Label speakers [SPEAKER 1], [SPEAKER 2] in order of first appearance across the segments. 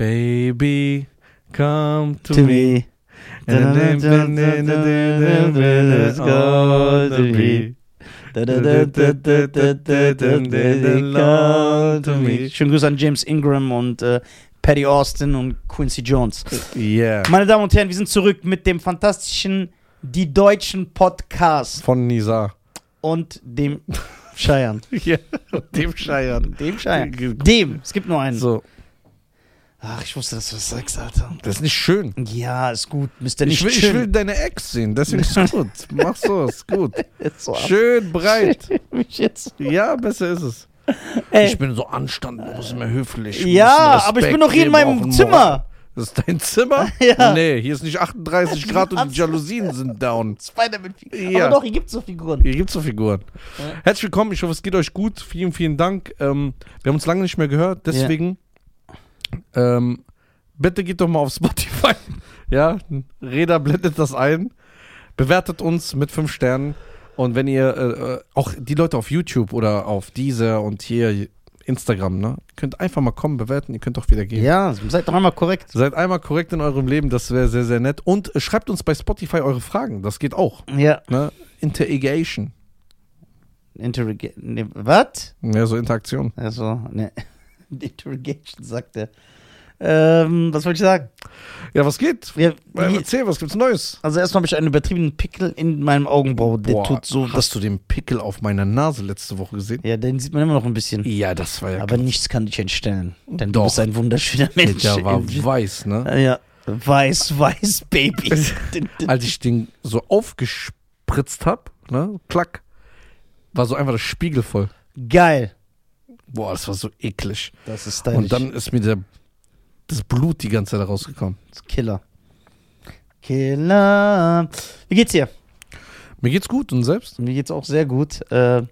[SPEAKER 1] Baby, come to,
[SPEAKER 2] to
[SPEAKER 1] me.
[SPEAKER 2] me.
[SPEAKER 1] And
[SPEAKER 2] Let's go to me. Schönen Grüße an James Ingram und äh, Patty Austin und Quincy Jones.
[SPEAKER 1] Yeah.
[SPEAKER 2] Meine Damen und Herren, wir sind zurück mit dem fantastischen Die Deutschen Podcast
[SPEAKER 1] Von Nisa.
[SPEAKER 2] und dem Scheiern.
[SPEAKER 1] Ja, dem Scheiern.
[SPEAKER 2] Dem Scheiern. Dem. Es gibt nur einen.
[SPEAKER 1] So,
[SPEAKER 2] Ach, ich wusste, dass du das sagst, Alter.
[SPEAKER 1] das ist nicht schön.
[SPEAKER 2] Ja, ist gut. Müsst ihr nicht
[SPEAKER 1] Ich will, ich
[SPEAKER 2] schön.
[SPEAKER 1] will deine Ex sehen, deswegen ist es gut. Mach so, ist gut.
[SPEAKER 2] Jetzt so ab-
[SPEAKER 1] Schön breit.
[SPEAKER 2] mich jetzt.
[SPEAKER 1] Ja, besser ist es.
[SPEAKER 2] Ey.
[SPEAKER 1] Ich bin so anstandlos, immer höflich.
[SPEAKER 2] Ja,
[SPEAKER 1] bisschen
[SPEAKER 2] aber ich bin
[SPEAKER 1] Respekt,
[SPEAKER 2] doch hier in
[SPEAKER 1] wir
[SPEAKER 2] meinem
[SPEAKER 1] brauchen
[SPEAKER 2] Zimmer.
[SPEAKER 1] Moral. Das ist dein Zimmer?
[SPEAKER 2] Ja.
[SPEAKER 1] Nee, hier ist nicht 38 Grad und die Jalousien sind down.
[SPEAKER 2] Spider-Man-Figuren.
[SPEAKER 1] Ja.
[SPEAKER 2] Aber doch, hier gibt es so Figuren.
[SPEAKER 1] Hier gibt's so Figuren.
[SPEAKER 2] Ja.
[SPEAKER 1] Herzlich willkommen, ich hoffe, es geht euch gut. Vielen, vielen Dank. Ähm, wir haben uns lange nicht mehr gehört, deswegen ähm, bitte geht doch mal auf Spotify. ja, Reda blendet das ein. Bewertet uns mit 5 Sternen. Und wenn ihr äh, äh, auch die Leute auf YouTube oder auf dieser und hier Instagram, ne, könnt einfach mal kommen, bewerten, ihr könnt auch wieder gehen.
[SPEAKER 2] Ja, seid doch einmal korrekt.
[SPEAKER 1] Seid einmal korrekt in eurem Leben, das wäre sehr, sehr nett. Und äh, schreibt uns bei Spotify eure Fragen, das geht auch.
[SPEAKER 2] Ja.
[SPEAKER 1] Ne? Interrogation.
[SPEAKER 2] Interrogation. Ne, was?
[SPEAKER 1] Ja, so Interaktion.
[SPEAKER 2] Also, ne. Interrogation, sagt er. Ähm, was wollte ich sagen?
[SPEAKER 1] Ja, was geht?
[SPEAKER 2] Ja,
[SPEAKER 1] Äh,
[SPEAKER 2] wie,
[SPEAKER 1] Erzähl, was gibt's Neues?
[SPEAKER 2] also erstmal habe ich einen übertriebenen Pickel in meinem Augenbrau. Der tut so was.
[SPEAKER 1] hast du den Pickel auf meiner Nase letzte Woche gesehen?
[SPEAKER 2] Ja, den sieht man immer noch ein bisschen.
[SPEAKER 1] Ja, das war ja
[SPEAKER 2] Aber nichts kann dich entstellen. Denn
[SPEAKER 1] Doch.
[SPEAKER 2] du bist ein wunderschöner Mensch.
[SPEAKER 1] Der war
[SPEAKER 2] In-
[SPEAKER 1] weiß, ne?
[SPEAKER 2] ja. Weiß, weiß, Baby.
[SPEAKER 1] Als ich den so aufgespritzt hab, ne? Klack, war so einfach das Spiegel voll.
[SPEAKER 2] Geil.
[SPEAKER 1] Boah, das war so eklig.
[SPEAKER 2] Das ist dein
[SPEAKER 1] Und dann ist mir der, das Blut die ganze Zeit rausgekommen.
[SPEAKER 2] Killer. Killer. Wie geht's dir?
[SPEAKER 1] Mir geht's gut und selbst?
[SPEAKER 2] Mir geht's auch sehr gut. Äh,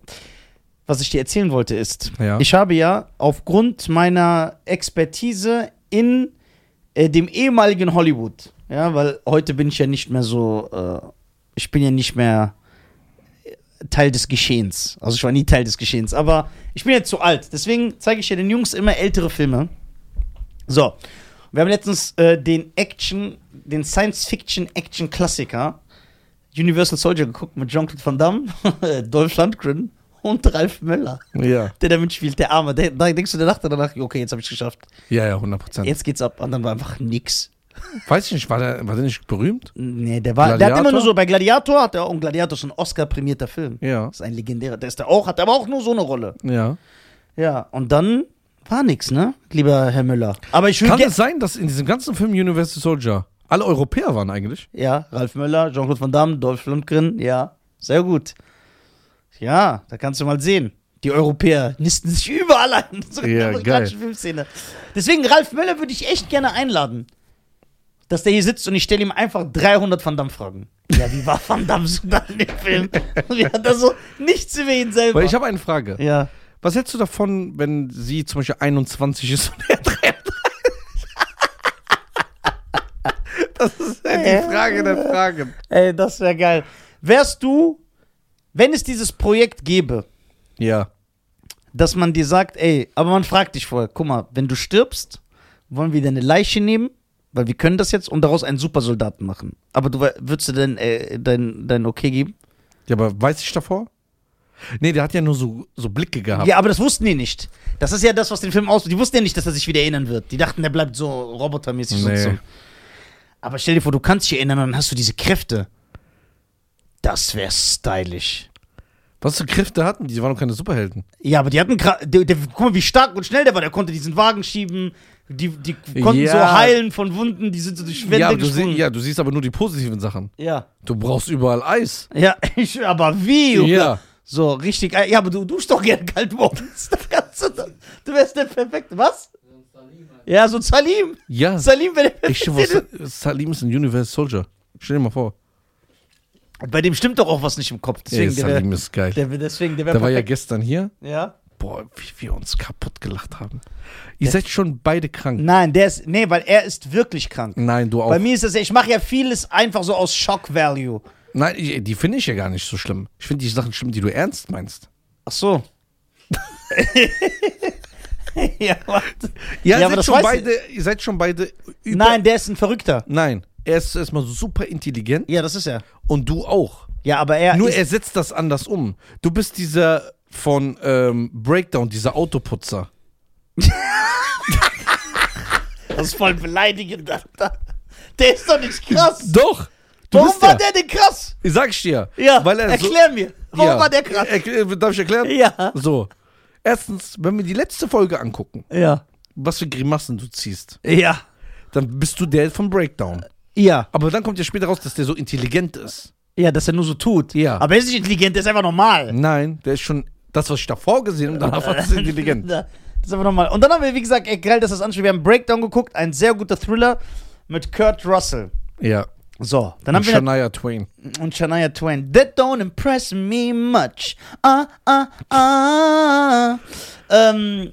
[SPEAKER 2] was ich dir erzählen wollte ist,
[SPEAKER 1] Ja.
[SPEAKER 2] ich habe ja aufgrund meiner Expertise in äh, dem ehemaligen Hollywood, ja, weil heute bin ich ja nicht mehr so, äh, ich bin ja nicht mehr äh, Teil des Geschehens. Also ich war nie Teil des Geschehens, aber ich bin jetzt zu alt. Deswegen zeige ich ja den Jungs immer ältere Filme. So, wir haben letztens äh, den Action, den Science-Fiction-Action-Klassiker Universal Soldier geguckt mit Jean-Claude Van Damme, Dolph Lundgren und Ralf Möller,
[SPEAKER 1] Ja.
[SPEAKER 2] der da mitspielt, der Arme. Der, da denkst du, der dachte danach, okay, jetzt habe ich geschafft.
[SPEAKER 1] Ja, ja, 100 Prozent.
[SPEAKER 2] Jetzt geht's ab. Und dann war einfach nix.
[SPEAKER 1] Weiß ich nicht, war der, war der nicht berühmt?
[SPEAKER 2] Nee, der war, der hat immer
[SPEAKER 1] Gladiator?
[SPEAKER 2] nur so, bei Gladiator hat er, und Gladiator ist ein Oscar-prämierter Film.
[SPEAKER 1] Ja.
[SPEAKER 2] Das ist ein legendärer, der ist da auch, hat aber auch nur so eine Rolle.
[SPEAKER 1] Ja.
[SPEAKER 2] Ja, und dann war nix, ne, lieber Herr Müller. Aber ich
[SPEAKER 1] Kann
[SPEAKER 2] würde
[SPEAKER 1] es sein, dass in diesem ganzen Film Universal Soldier alle Europäer waren eigentlich?
[SPEAKER 2] Ja, Ralf Möller, Jean-Claude Van Damme, Dolph Lundgren, ja, sehr gut. Ja, da kannst du mal sehen. Die Europäer nisten sich überall ein. Sogar in der
[SPEAKER 1] Ja,
[SPEAKER 2] amerikanischen Filmszene. Deswegen, Ralf Möller würde ich echt gerne einladen. Dass der hier sitzt und ich stelle ihm einfach 300 Van Damme-Fragen. Ja, wie war Van Damme so da in dem Film? Und wir hatten da so nichts über ihn selber.
[SPEAKER 1] Weil ich habe eine Frage.
[SPEAKER 2] ja.
[SPEAKER 1] Was hältst du davon, wenn sie zum Beispiel 21 ist und er 33? Das ist ja die Frage der Fragen.
[SPEAKER 2] Ey, das wäre geil. Wärst du, wenn es dieses Projekt gäbe,
[SPEAKER 1] Ja.
[SPEAKER 2] dass man dir sagt, ey, aber man fragt dich vorher, guck mal, wenn du stirbst, wollen wir deine Leiche nehmen, weil wir können das jetzt und daraus einen Supersoldaten machen. Aber du we- würdest du denn äh, dein, dein Okay geben?
[SPEAKER 1] Ja, aber weiß ich davor? Nee, der hat ja nur so, so Blicke gehabt.
[SPEAKER 2] Ja, aber das wussten die nicht. Das ist ja das, was den Film aus. Die wussten ja nicht, dass er sich wieder erinnern wird. Die dachten, der bleibt so robotermäßig
[SPEAKER 1] Nee.
[SPEAKER 2] so. Aber stell dir vor, du kannst dich erinnern und dann hast du diese Kräfte. Das wäre stylisch.
[SPEAKER 1] Was für Kräfte hatten die? Die waren doch keine Superhelden.
[SPEAKER 2] Ja, aber die hatten gerade. Guck mal, wie stark und schnell der war. Der konnte diesen Wagen schieben. Die, die konnten
[SPEAKER 1] Ja.
[SPEAKER 2] so heilen von Wunden. Die sind so durch Wände
[SPEAKER 1] ja, aber du sie,
[SPEAKER 2] gesprungen.
[SPEAKER 1] ja, du siehst aber nur die positiven Sachen.
[SPEAKER 2] Ja.
[SPEAKER 1] Du brauchst überall Eis.
[SPEAKER 2] Ja, ich, aber wie? Junge?
[SPEAKER 1] Ja.
[SPEAKER 2] So, richtig. äh, Ja, aber du duschst doch gern kalt morgens. Das kannst du, doch- du wärst der perfekte. Was? Ja, so ein Salim.
[SPEAKER 1] Ja.
[SPEAKER 2] Salim wäre der
[SPEAKER 1] Ich
[SPEAKER 2] perfekte.
[SPEAKER 1] wusste, Salim ist ein Universal Soldier. Stell dir mal vor.
[SPEAKER 2] Bei dem stimmt doch auch was nicht im Kopf.
[SPEAKER 1] Ey,
[SPEAKER 2] Deswegen, der
[SPEAKER 1] Salim
[SPEAKER 2] wäre
[SPEAKER 1] ist geil.
[SPEAKER 2] der, wär- deswegen, der, wär
[SPEAKER 1] Der war ja
[SPEAKER 2] perfekt.
[SPEAKER 1] gestern hier.
[SPEAKER 2] ja.
[SPEAKER 1] Boah, wie wir uns kaputt gelacht haben. Ihr seid schon beide krank.
[SPEAKER 2] Nein, der ist. Nee, weil er ist wirklich krank.
[SPEAKER 1] Nein, du auch.
[SPEAKER 2] Bei mir ist das ja, ich mache ja vieles einfach so aus Shock Value.
[SPEAKER 1] Nein, ich- die finde ich ja gar nicht so schlimm. Ich finde die Sachen schlimm, die du ernst meinst.
[SPEAKER 2] Ach so. ja, warte.
[SPEAKER 1] Ja,
[SPEAKER 2] Ja, aber
[SPEAKER 1] seid
[SPEAKER 2] das
[SPEAKER 1] schon
[SPEAKER 2] weiß-
[SPEAKER 1] beide, ihr seid schon beide über.
[SPEAKER 2] Nein, der ist ein Verrückter.
[SPEAKER 1] Nein. Er ist erstmal super intelligent
[SPEAKER 2] Ja, das ist er.
[SPEAKER 1] und du auch.
[SPEAKER 2] Ja, aber er
[SPEAKER 1] Nur
[SPEAKER 2] ist,
[SPEAKER 1] er setzt das anders um. Du bist dieser von ähm, Breakdown, dieser Autoputzer.
[SPEAKER 2] das ist voll beleidigend, Alter. Der ist doch nicht krass.
[SPEAKER 1] Doch! Du
[SPEAKER 2] Warum
[SPEAKER 1] bist
[SPEAKER 2] war
[SPEAKER 1] ja.
[SPEAKER 2] der denn krass?
[SPEAKER 1] Sag ich dir.
[SPEAKER 2] Ja,
[SPEAKER 1] weil er
[SPEAKER 2] erklär mir.
[SPEAKER 1] so,
[SPEAKER 2] Warum
[SPEAKER 1] Ja.
[SPEAKER 2] war der krass?
[SPEAKER 1] Erklär- darf ich erklären?
[SPEAKER 2] Ja.
[SPEAKER 1] So. Erstens, wenn wir die letzte Folge angucken,
[SPEAKER 2] Ja.
[SPEAKER 1] was für Grimassen du ziehst,
[SPEAKER 2] Ja.
[SPEAKER 1] dann bist du der von Breakdown.
[SPEAKER 2] Ja.
[SPEAKER 1] Aber dann kommt ja später raus, dass der so intelligent ist.
[SPEAKER 2] Ja, dass er nur so tut.
[SPEAKER 1] Ja. Mhm.
[SPEAKER 2] Aber er ist nicht intelligent, der ist einfach normal.
[SPEAKER 1] Nein, der ist schon das, was ich davor gesehen habe, danach war das intelligent.
[SPEAKER 2] das ist einfach normal. Und dann haben wir, wie gesagt, ey, geil, dass das anschaut. Wir haben Breakdown geguckt, ein sehr guter Thriller mit Kurt Russell.
[SPEAKER 1] Ja.
[SPEAKER 2] So, dann
[SPEAKER 1] Und
[SPEAKER 2] haben wir
[SPEAKER 1] Shania Twain.
[SPEAKER 2] und Shania Twain. That don't impress me much. Ah, ah, ah. Ähm,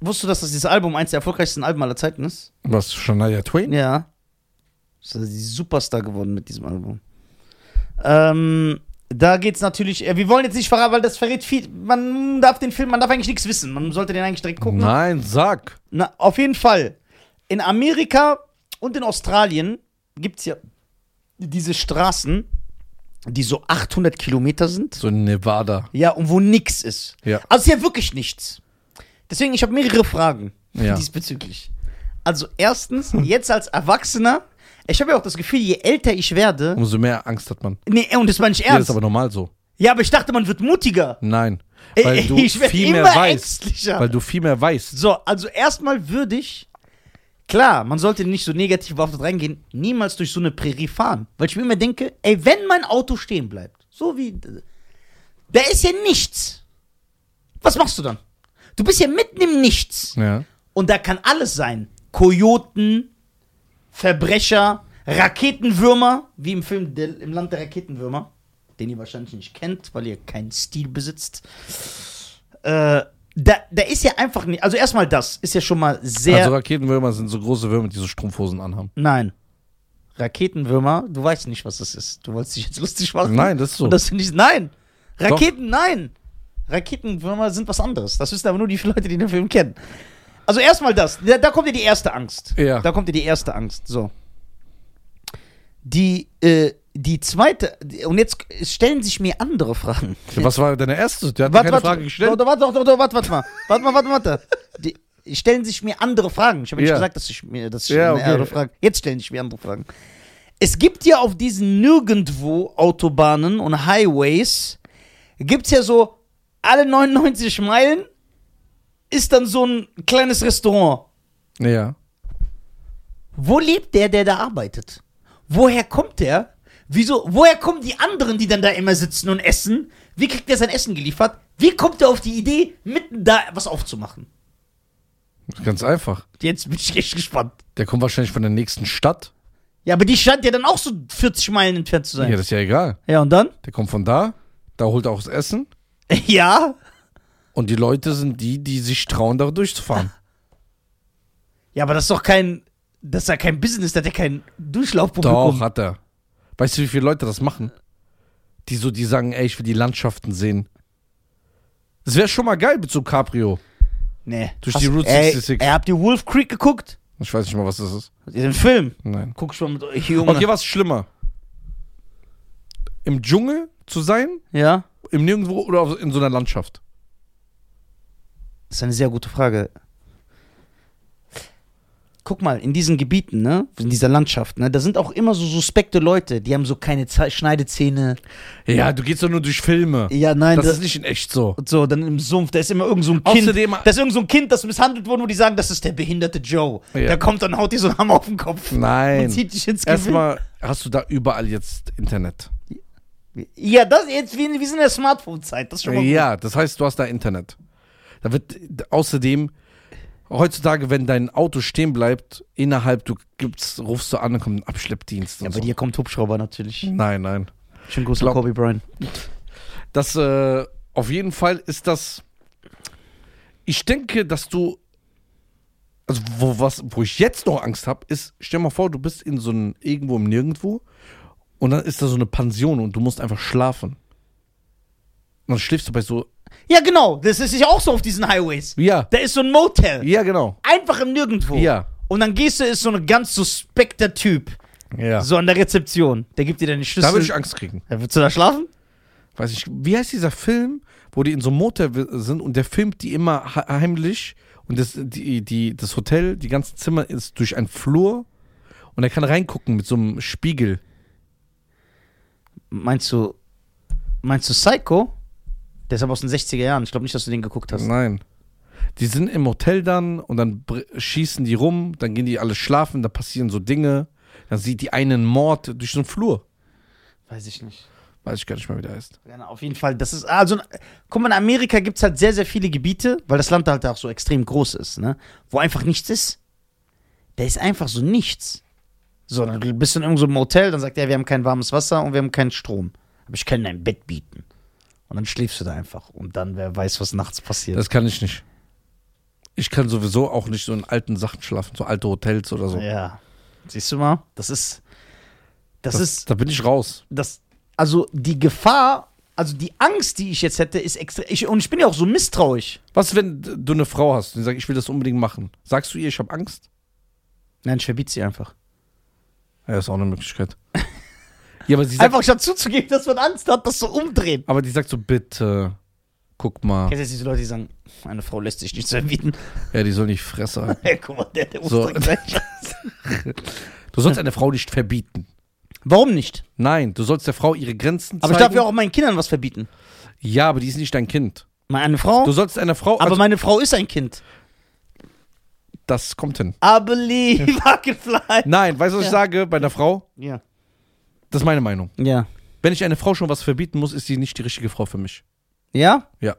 [SPEAKER 2] wusstest du, dass das dieses Album eins der erfolgreichsten Alben aller Zeiten ist?
[SPEAKER 1] Was, Shania Twain?
[SPEAKER 2] Ja. Ist also die Superstar geworden mit diesem Album. Ähm, da geht's natürlich. äh, Wir wollen jetzt nicht verraten, weil das verrät viel. Man darf den Film, man darf eigentlich nichts wissen. Man sollte den eigentlich direkt gucken.
[SPEAKER 1] Nein, sag.
[SPEAKER 2] Na, auf jeden Fall. In Amerika und in Australien gibt es ja diese Straßen, die so 800 Kilometer sind.
[SPEAKER 1] So in Nevada.
[SPEAKER 2] Ja, und wo nix ist.
[SPEAKER 1] Ja.
[SPEAKER 2] Also ist ja wirklich nichts. Deswegen, ich habe mehrere Fragen
[SPEAKER 1] Ja.
[SPEAKER 2] diesbezüglich. Also erstens, jetzt als Erwachsener, ich habe ja auch das Gefühl, je älter ich werde,
[SPEAKER 1] Umso mehr Angst hat man.
[SPEAKER 2] nee, und das meine ich
[SPEAKER 1] Ja, das ist
[SPEAKER 2] ernst.
[SPEAKER 1] aber normal so.
[SPEAKER 2] Ja, aber ich dachte, man wird mutiger.
[SPEAKER 1] Nein.
[SPEAKER 2] Ey,
[SPEAKER 1] Weil
[SPEAKER 2] ey,
[SPEAKER 1] du
[SPEAKER 2] ich werd
[SPEAKER 1] viel mehr
[SPEAKER 2] immer
[SPEAKER 1] weißt.
[SPEAKER 2] ängstlicher.
[SPEAKER 1] Weil du viel mehr weißt.
[SPEAKER 2] So, also erstmal würde ich, klar, man sollte nicht so negativ behaftet reingehen, niemals durch so eine Prärie fahren. Weil ich mir immer denke, ey, wenn mein Auto stehen bleibt, so wie, da ist ja nichts. Was machst du dann? Du bist ja mitten im Nichts.
[SPEAKER 1] Ja.
[SPEAKER 2] Und da kann alles sein. Kojoten, Verbrecher, Raketenwürmer, wie im Film der, im Land der Raketenwürmer, den ihr wahrscheinlich nicht kennt, weil ihr keinen Stil besitzt. Äh, da, da ist ja einfach nicht. Also erstmal das ist ja schon mal sehr.
[SPEAKER 1] Also Raketenwürmer sind so große Würmer, die so Strumpfhosen anhaben.
[SPEAKER 2] nein. Raketenwürmer, du weißt nicht, was das ist. Du wolltest dich jetzt lustig machen.
[SPEAKER 1] Nein, das ist so.
[SPEAKER 2] Und das finde ich. Nein! Raketen, nein! Raketenwürmer sind was anderes. Das wissen aber nur die Leute, die den Film kennen. Also erstmal das. Da, da kommt dir die erste Angst.
[SPEAKER 1] Ja.
[SPEAKER 2] Da kommt dir die erste Angst. So. Die, äh, die zweite. Und jetzt stellen sich mir andere Fragen.
[SPEAKER 1] Ja, was war deine erste? Der hat dir keine Frage gestellt.
[SPEAKER 2] Warte, warte, warte, warte, warte mal. Warte mal, warte, warte. Die stellen sich mir andere Fragen. Ich habe nicht
[SPEAKER 1] Ja.
[SPEAKER 2] gesagt, dass ich mir dass ich
[SPEAKER 1] Ja,
[SPEAKER 2] mir
[SPEAKER 1] okay.
[SPEAKER 2] andere Fragen. Jetzt stellen sich mir andere Fragen. Es gibt ja auf diesen nirgendwo Autobahnen und Highways gibt's ja so alle 99 Meilen ist dann so ein kleines Restaurant.
[SPEAKER 1] Ja.
[SPEAKER 2] Wo lebt der, der da arbeitet? Woher kommt der? Wieso? Woher kommen die anderen, die dann da immer sitzen und essen? Wie kriegt der sein Essen geliefert? Wie kommt er auf die Idee, mitten da was aufzumachen?
[SPEAKER 1] Ganz einfach.
[SPEAKER 2] Jetzt bin ich echt gespannt.
[SPEAKER 1] Der kommt wahrscheinlich von der nächsten Stadt.
[SPEAKER 2] Ja, aber die scheint ja dann auch so 40 Meilen entfernt zu sein.
[SPEAKER 1] Ja,
[SPEAKER 2] Ja,
[SPEAKER 1] das ist ja egal.
[SPEAKER 2] und dann?
[SPEAKER 1] Der kommt von da, da holt er auch das Essen.
[SPEAKER 2] Ja.
[SPEAKER 1] Und die Leute sind die, die sich trauen, da durchzufahren.
[SPEAKER 2] Ja, aber das ist doch kein. Das ist ja kein Business, das hat ja kein Durchlaufpublikum.
[SPEAKER 1] Doch, hat er. Weißt du, wie viele Leute das machen? Die so, die sagen, ey, ich will die Landschaften sehen. Das wäre schon mal geil mit so Cabrio.
[SPEAKER 2] Nee.
[SPEAKER 1] Durch die Route
[SPEAKER 2] ey,
[SPEAKER 1] 66.
[SPEAKER 2] Ey, habt ihr Wolf Creek geguckt?
[SPEAKER 1] Ich weiß nicht mal, was das ist.
[SPEAKER 2] Den Film.
[SPEAKER 1] Nein.
[SPEAKER 2] Guck schon mal mit euch, Junge.
[SPEAKER 1] Okay, was ist schlimmer? Im Dschungel zu sein,
[SPEAKER 2] Ja.
[SPEAKER 1] im Nirgendwo oder auf- in so einer Landschaft?
[SPEAKER 2] Das ist eine sehr gute Frage. Guck mal, in diesen Gebieten, ne, in dieser Landschaft, ne, da sind auch immer so suspekte Leute, die haben so keine Ze Schneidezähne.
[SPEAKER 1] Ja, du gehst doch nur durch Filme.
[SPEAKER 2] Ja, nein,
[SPEAKER 1] das
[SPEAKER 2] das,
[SPEAKER 1] ist nicht in echt so.
[SPEAKER 2] und so, dann im Sumpf, da ist immer irgend so ein Kind,
[SPEAKER 1] Außerdem-
[SPEAKER 2] da ist irgend so ein Kind, das misshandelt wurde, wo die sagen, das ist der behinderte Joe.
[SPEAKER 1] Ja.
[SPEAKER 2] Der kommt dann haut dir so einen Hammer auf den Kopf und
[SPEAKER 1] Nein.
[SPEAKER 2] zieht dich ins Gesicht.
[SPEAKER 1] Erstmal hast du da überall jetzt Internet.
[SPEAKER 2] Ja, das jetzt wir, wir sind in der Smartphone Zeit, das ist schon mal gut.
[SPEAKER 1] Ja, das heißt, du hast da Internet. Da wird d- außerdem heutzutage, wenn dein Auto stehen bleibt, innerhalb du gibst, rufst du an, dann kommt ein Abschleppdienst.
[SPEAKER 2] Ja,
[SPEAKER 1] Und
[SPEAKER 2] bei dir kommt Hubschrauber natürlich.
[SPEAKER 1] so. Nein, nein.
[SPEAKER 2] Schönen Gruß an
[SPEAKER 1] Glaub-
[SPEAKER 2] Kobe Bryant.
[SPEAKER 1] Das äh, auf jeden Fall ist das. Ich denke, dass du also wo was, wo ich jetzt noch Angst habe, ist, stell mal vor, du bist in so einem irgendwo im Nirgendwo und dann ist da so eine Pension und du musst einfach schlafen. Und dann schläfst du bei so
[SPEAKER 2] Ja, genau. Das ist ja auch so auf diesen Highways.
[SPEAKER 1] Ja.
[SPEAKER 2] Da ist so ein Motel.
[SPEAKER 1] Ja, genau.
[SPEAKER 2] Einfach im Nirgendwo.
[SPEAKER 1] Ja.
[SPEAKER 2] Und dann gehst du, ist so ein ganz suspekter Typ.
[SPEAKER 1] Ja.
[SPEAKER 2] So an der Rezeption. Der gibt dir deine
[SPEAKER 1] Da
[SPEAKER 2] Schlüssel.
[SPEAKER 1] würde ich Angst kriegen.
[SPEAKER 2] Ja, Willst du da schlafen?
[SPEAKER 1] Weiß ich, wie heißt dieser Film, wo die in so einem Motel wi- sind und der filmt die immer he- heimlich und das, die, die, das Hotel, die ganzen Zimmer ist durch einen Flur und er kann reingucken mit so einem Spiegel.
[SPEAKER 2] Meinst du, meinst du Psycho? Der ist aber aus den 60er Jahren. Ich glaube nicht, dass du den geguckt hast.
[SPEAKER 1] Nein. Die sind im Hotel dann und dann br- schießen die rum, dann gehen die alle schlafen, da passieren so Dinge. Dann sieht die einen Mord durch so einen Flur.
[SPEAKER 2] Weiß ich nicht.
[SPEAKER 1] Weiß ich gar nicht mehr, wie der heißt.
[SPEAKER 2] Ja, na, auf jeden Fall. Das ist, also, guck mal, in Amerika gibt es halt sehr, sehr viele Gebiete, weil das Land halt auch so extrem groß ist, ne? Wo einfach nichts ist. Da ist einfach so nichts. So, dann bist du in irgendeinem Hotel, dann sagt er, wir haben kein warmes Wasser und wir haben keinen Strom. Aber ich kann dir ein Bett bieten. Und dann schläfst du da einfach. Und dann, wer weiß, was nachts passiert.
[SPEAKER 1] Das kann ich nicht. Ich kann sowieso auch nicht so in alten Sachen schlafen, so alte Hotels oder so.
[SPEAKER 2] Ja. Siehst du mal? Das ist. Das,
[SPEAKER 1] Das-
[SPEAKER 2] ist.
[SPEAKER 1] da bin ich raus.
[SPEAKER 2] Das. Also die Gefahr, also die Angst, die ich jetzt hätte, ist extrem. Ich, und ich bin ja auch so misstrauisch.
[SPEAKER 1] Was, wenn d- du eine Frau hast und die sagt, ich will das unbedingt machen? Sagst du ihr, ich habe Angst?
[SPEAKER 2] Nein, ich verbiete sie einfach.
[SPEAKER 1] Ja, ist auch eine Möglichkeit. ja, aber sie sagt,
[SPEAKER 2] Einfach statt zuzugeben, dass man Angst hat, das so umdrehen.
[SPEAKER 1] aber die sagt so, bitte, guck mal.
[SPEAKER 2] Kennst du jetzt diese Leute, die sagen, meine Frau lässt sich nichts verbieten?
[SPEAKER 1] Ja, die soll nicht Fresse halten.
[SPEAKER 2] Hey, guck mal, der, der muss
[SPEAKER 1] So.
[SPEAKER 2] direkt gleich-
[SPEAKER 1] Du sollst einer Frau nicht verbieten.
[SPEAKER 2] Warum nicht?
[SPEAKER 1] Nein, du sollst der Frau ihre Grenzen
[SPEAKER 2] Aber
[SPEAKER 1] zeigen.
[SPEAKER 2] ich darf ja auch meinen Kindern was verbieten.
[SPEAKER 1] Ja, aber die ist nicht dein Kind.
[SPEAKER 2] Meine Frau?
[SPEAKER 1] Du sollst einer Frau.
[SPEAKER 2] aber
[SPEAKER 1] also,
[SPEAKER 2] meine Frau ist ein Kind.
[SPEAKER 1] das kommt hin.
[SPEAKER 2] I believe I can fly.
[SPEAKER 1] Nein, weißt du, was
[SPEAKER 2] Ja.
[SPEAKER 1] ich sage bei einer Frau?
[SPEAKER 2] Ja.
[SPEAKER 1] Das ist meine Meinung.
[SPEAKER 2] Ja.
[SPEAKER 1] Wenn ich einer Frau schon was verbieten muss, ist sie nicht die richtige Frau für mich.
[SPEAKER 2] Ja?
[SPEAKER 1] Ja.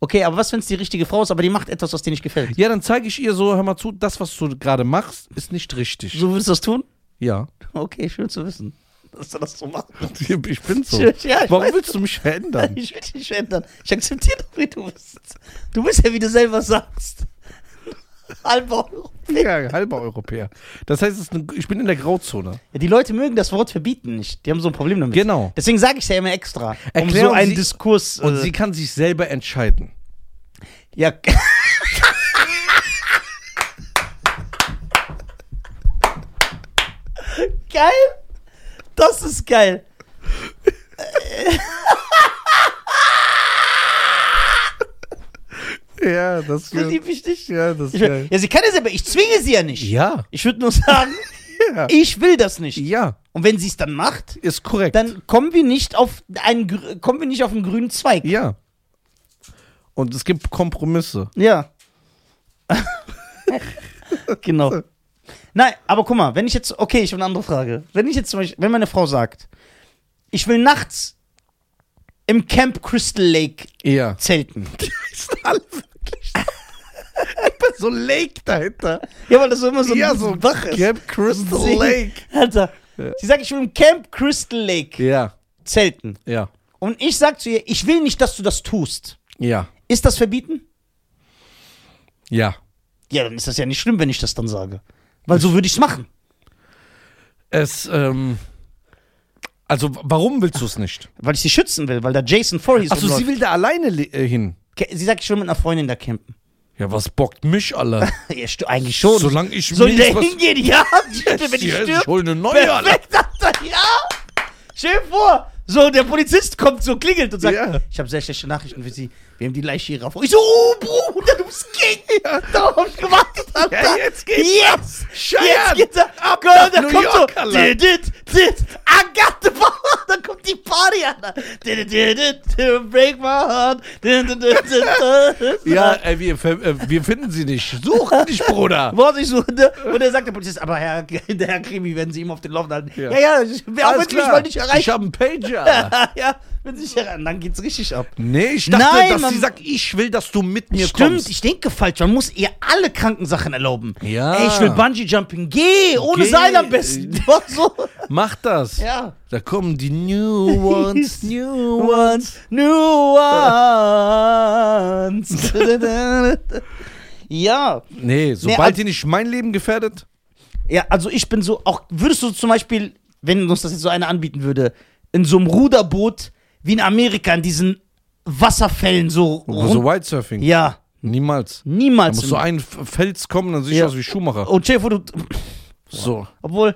[SPEAKER 2] Okay, aber was, wenn es die richtige Frau ist, aber die macht etwas, was dir nicht gefällt?
[SPEAKER 1] Ja, dann zeige ich ihr so, hör mal zu, das, was du gerade machst, ist nicht richtig.
[SPEAKER 2] So würdest du das tun?
[SPEAKER 1] Ja.
[SPEAKER 2] Okay, schön zu wissen. Dass du das so machst.
[SPEAKER 1] Ich bin so.
[SPEAKER 2] Ja, ich weiß.
[SPEAKER 1] Warum willst du mich verändern?
[SPEAKER 2] Ich will dich nicht ändern. Ich akzeptiere doch, wie du bist. Du bist ja, wie du selber sagst. Halber Europäer.
[SPEAKER 1] Ja, halber Europäer. Das heißt, es ist eine, ich bin in der Grauzone.
[SPEAKER 2] Ja, die Leute mögen das Wort verbieten nicht. Die haben so ein Problem damit.
[SPEAKER 1] Genau.
[SPEAKER 2] Deswegen sage ich es ja immer extra. Um
[SPEAKER 1] Erklärung,
[SPEAKER 2] so einen
[SPEAKER 1] sie-
[SPEAKER 2] Diskurs.
[SPEAKER 1] Und
[SPEAKER 2] äh,
[SPEAKER 1] sie kann sich selber entscheiden.
[SPEAKER 2] ja. geil. Das ist geil.
[SPEAKER 1] Ja, das
[SPEAKER 2] So lieb ich dich.
[SPEAKER 1] Ja, das
[SPEAKER 2] Ich, ja, sie kann ja selber. Ich zwinge sie ja nicht.
[SPEAKER 1] Ja.
[SPEAKER 2] Ich würde nur sagen,
[SPEAKER 1] Ja.
[SPEAKER 2] ich will das nicht.
[SPEAKER 1] Ja,
[SPEAKER 2] Und wenn sie es dann macht,
[SPEAKER 1] ist korrekt.
[SPEAKER 2] dann kommen wir nicht auf einen, grü- kommen wir nicht auf einen grünen Zweig.
[SPEAKER 1] Ja. Und es gibt Kompromisse.
[SPEAKER 2] Ja. genau. Nein, aber guck mal, wenn ich jetzt, okay, ich habe eine andere Frage. Wenn ich jetzt zum Beispiel, wenn meine Frau sagt, ich will nachts im Camp Crystal Lake
[SPEAKER 1] Ja.
[SPEAKER 2] zelten.
[SPEAKER 1] Ist alle wirklich so Lake dahinter.
[SPEAKER 2] Ja, weil das so immer so
[SPEAKER 1] ja, so
[SPEAKER 2] wach ist.
[SPEAKER 1] Camp Crystal
[SPEAKER 2] Singen.
[SPEAKER 1] Lake.
[SPEAKER 2] Alter.
[SPEAKER 1] Ja.
[SPEAKER 2] Sie sagt, ich will im Camp Crystal Lake
[SPEAKER 1] Ja,
[SPEAKER 2] zelten.
[SPEAKER 1] ja,
[SPEAKER 2] Und ich sag zu ihr, ich will nicht, dass du das tust.
[SPEAKER 1] ja,
[SPEAKER 2] Ist das verbieten?
[SPEAKER 1] ja.
[SPEAKER 2] Ja, dann ist das ja nicht schlimm, wenn ich das dann sage. Weil so würde ich es machen.
[SPEAKER 1] Es, ähm, also w- warum willst du es nicht?
[SPEAKER 2] Weil ich sie schützen will, weil da Jason Voorhees
[SPEAKER 1] Achso, sie
[SPEAKER 2] rumläuft.
[SPEAKER 1] will da alleine le- äh, hin.
[SPEAKER 2] Ke- sie sagt, ich will mit einer Freundin da campen.
[SPEAKER 1] Ja, was bockt mich alle?
[SPEAKER 2] Ja, stu- eigentlich schon.
[SPEAKER 1] Solange ich
[SPEAKER 2] Soll
[SPEAKER 1] mir
[SPEAKER 2] ich
[SPEAKER 1] nicht
[SPEAKER 2] da hingehen? Ja, stimmt, wenn ich
[SPEAKER 1] Ja,
[SPEAKER 2] stirb.
[SPEAKER 1] ich hol eine neue, Alter.
[SPEAKER 2] Perfekt, Alter, ja. Stell dir vor, so der Polizist kommt, so klingelt und sagt,
[SPEAKER 1] Ja.
[SPEAKER 2] ich habe sehr schlechte Nachrichten für Sie. Wir haben die Leiche Ihrer Frau. Ich so, oh, Bruder, du bist King. Darauf hab ich gewartet, Alter.
[SPEAKER 1] Ja, jetzt geht's
[SPEAKER 2] Yes.
[SPEAKER 1] Scheiern.
[SPEAKER 2] Jetzt geht's ab.
[SPEAKER 1] Ab
[SPEAKER 2] Girl,
[SPEAKER 1] nach
[SPEAKER 2] da
[SPEAKER 1] New
[SPEAKER 2] kommt
[SPEAKER 1] York,
[SPEAKER 2] so,
[SPEAKER 1] Alter.
[SPEAKER 2] did it, did, I got the power. Da kommt die Party, Alter. Did it, did it, did break my heart. Did it, did it, did.
[SPEAKER 1] Ja, äh, wir, ver- äh, wir finden sie nicht. Such dich, Bruder.
[SPEAKER 2] Wort ich suche. ne? Und er sagt der Polizist, aber Herr, der Herr Krimi werden Sie ihm auf den Lauf halten.
[SPEAKER 1] Ja.
[SPEAKER 2] Ja, ja, ich- wer auch
[SPEAKER 1] Alles
[SPEAKER 2] wenn Sie mich
[SPEAKER 1] klar.
[SPEAKER 2] mal nicht
[SPEAKER 1] Ich
[SPEAKER 2] erreichen.
[SPEAKER 1] habe einen Pager. Alter.
[SPEAKER 2] ja, wenn Sie mich erreichen, dann geht's richtig ab.
[SPEAKER 1] Nee, ich dachte,
[SPEAKER 2] Nein,
[SPEAKER 1] dass
[SPEAKER 2] man-
[SPEAKER 1] sie sagt, ich will, dass du mit mir
[SPEAKER 2] Stimmt,
[SPEAKER 1] kommst.
[SPEAKER 2] ich denke falsch. Man muss ihr alle kranken Sachen erlauben.
[SPEAKER 1] Ja.
[SPEAKER 2] Ey, ich will Bungee Jumping. Geh, ohne
[SPEAKER 1] Geh.
[SPEAKER 2] Seil am besten. Was so?
[SPEAKER 1] Mach das.
[SPEAKER 2] Ja.
[SPEAKER 1] Da kommen die New Ones, New Ones.
[SPEAKER 2] New ones. ja.
[SPEAKER 1] Nee,
[SPEAKER 2] Nee, also
[SPEAKER 1] sobald
[SPEAKER 2] ab-
[SPEAKER 1] ihr nicht mein Leben gefährdet.
[SPEAKER 2] Ja, also ich bin so, auch würdest du zum Beispiel, wenn uns das jetzt so einer anbieten würde, in so einem Ruderboot wie in Amerika, in diesen Wasserfällen so
[SPEAKER 1] So Wildsurfing.
[SPEAKER 2] Ja,
[SPEAKER 1] also Niemals. Da
[SPEAKER 2] niemals.
[SPEAKER 1] muss so ein F- Fels kommen, dann sehe ich
[SPEAKER 2] Ja. Oh.
[SPEAKER 1] aus wie Schumacher.
[SPEAKER 2] Und stell dir vor, du.
[SPEAKER 1] So.
[SPEAKER 2] Obwohl.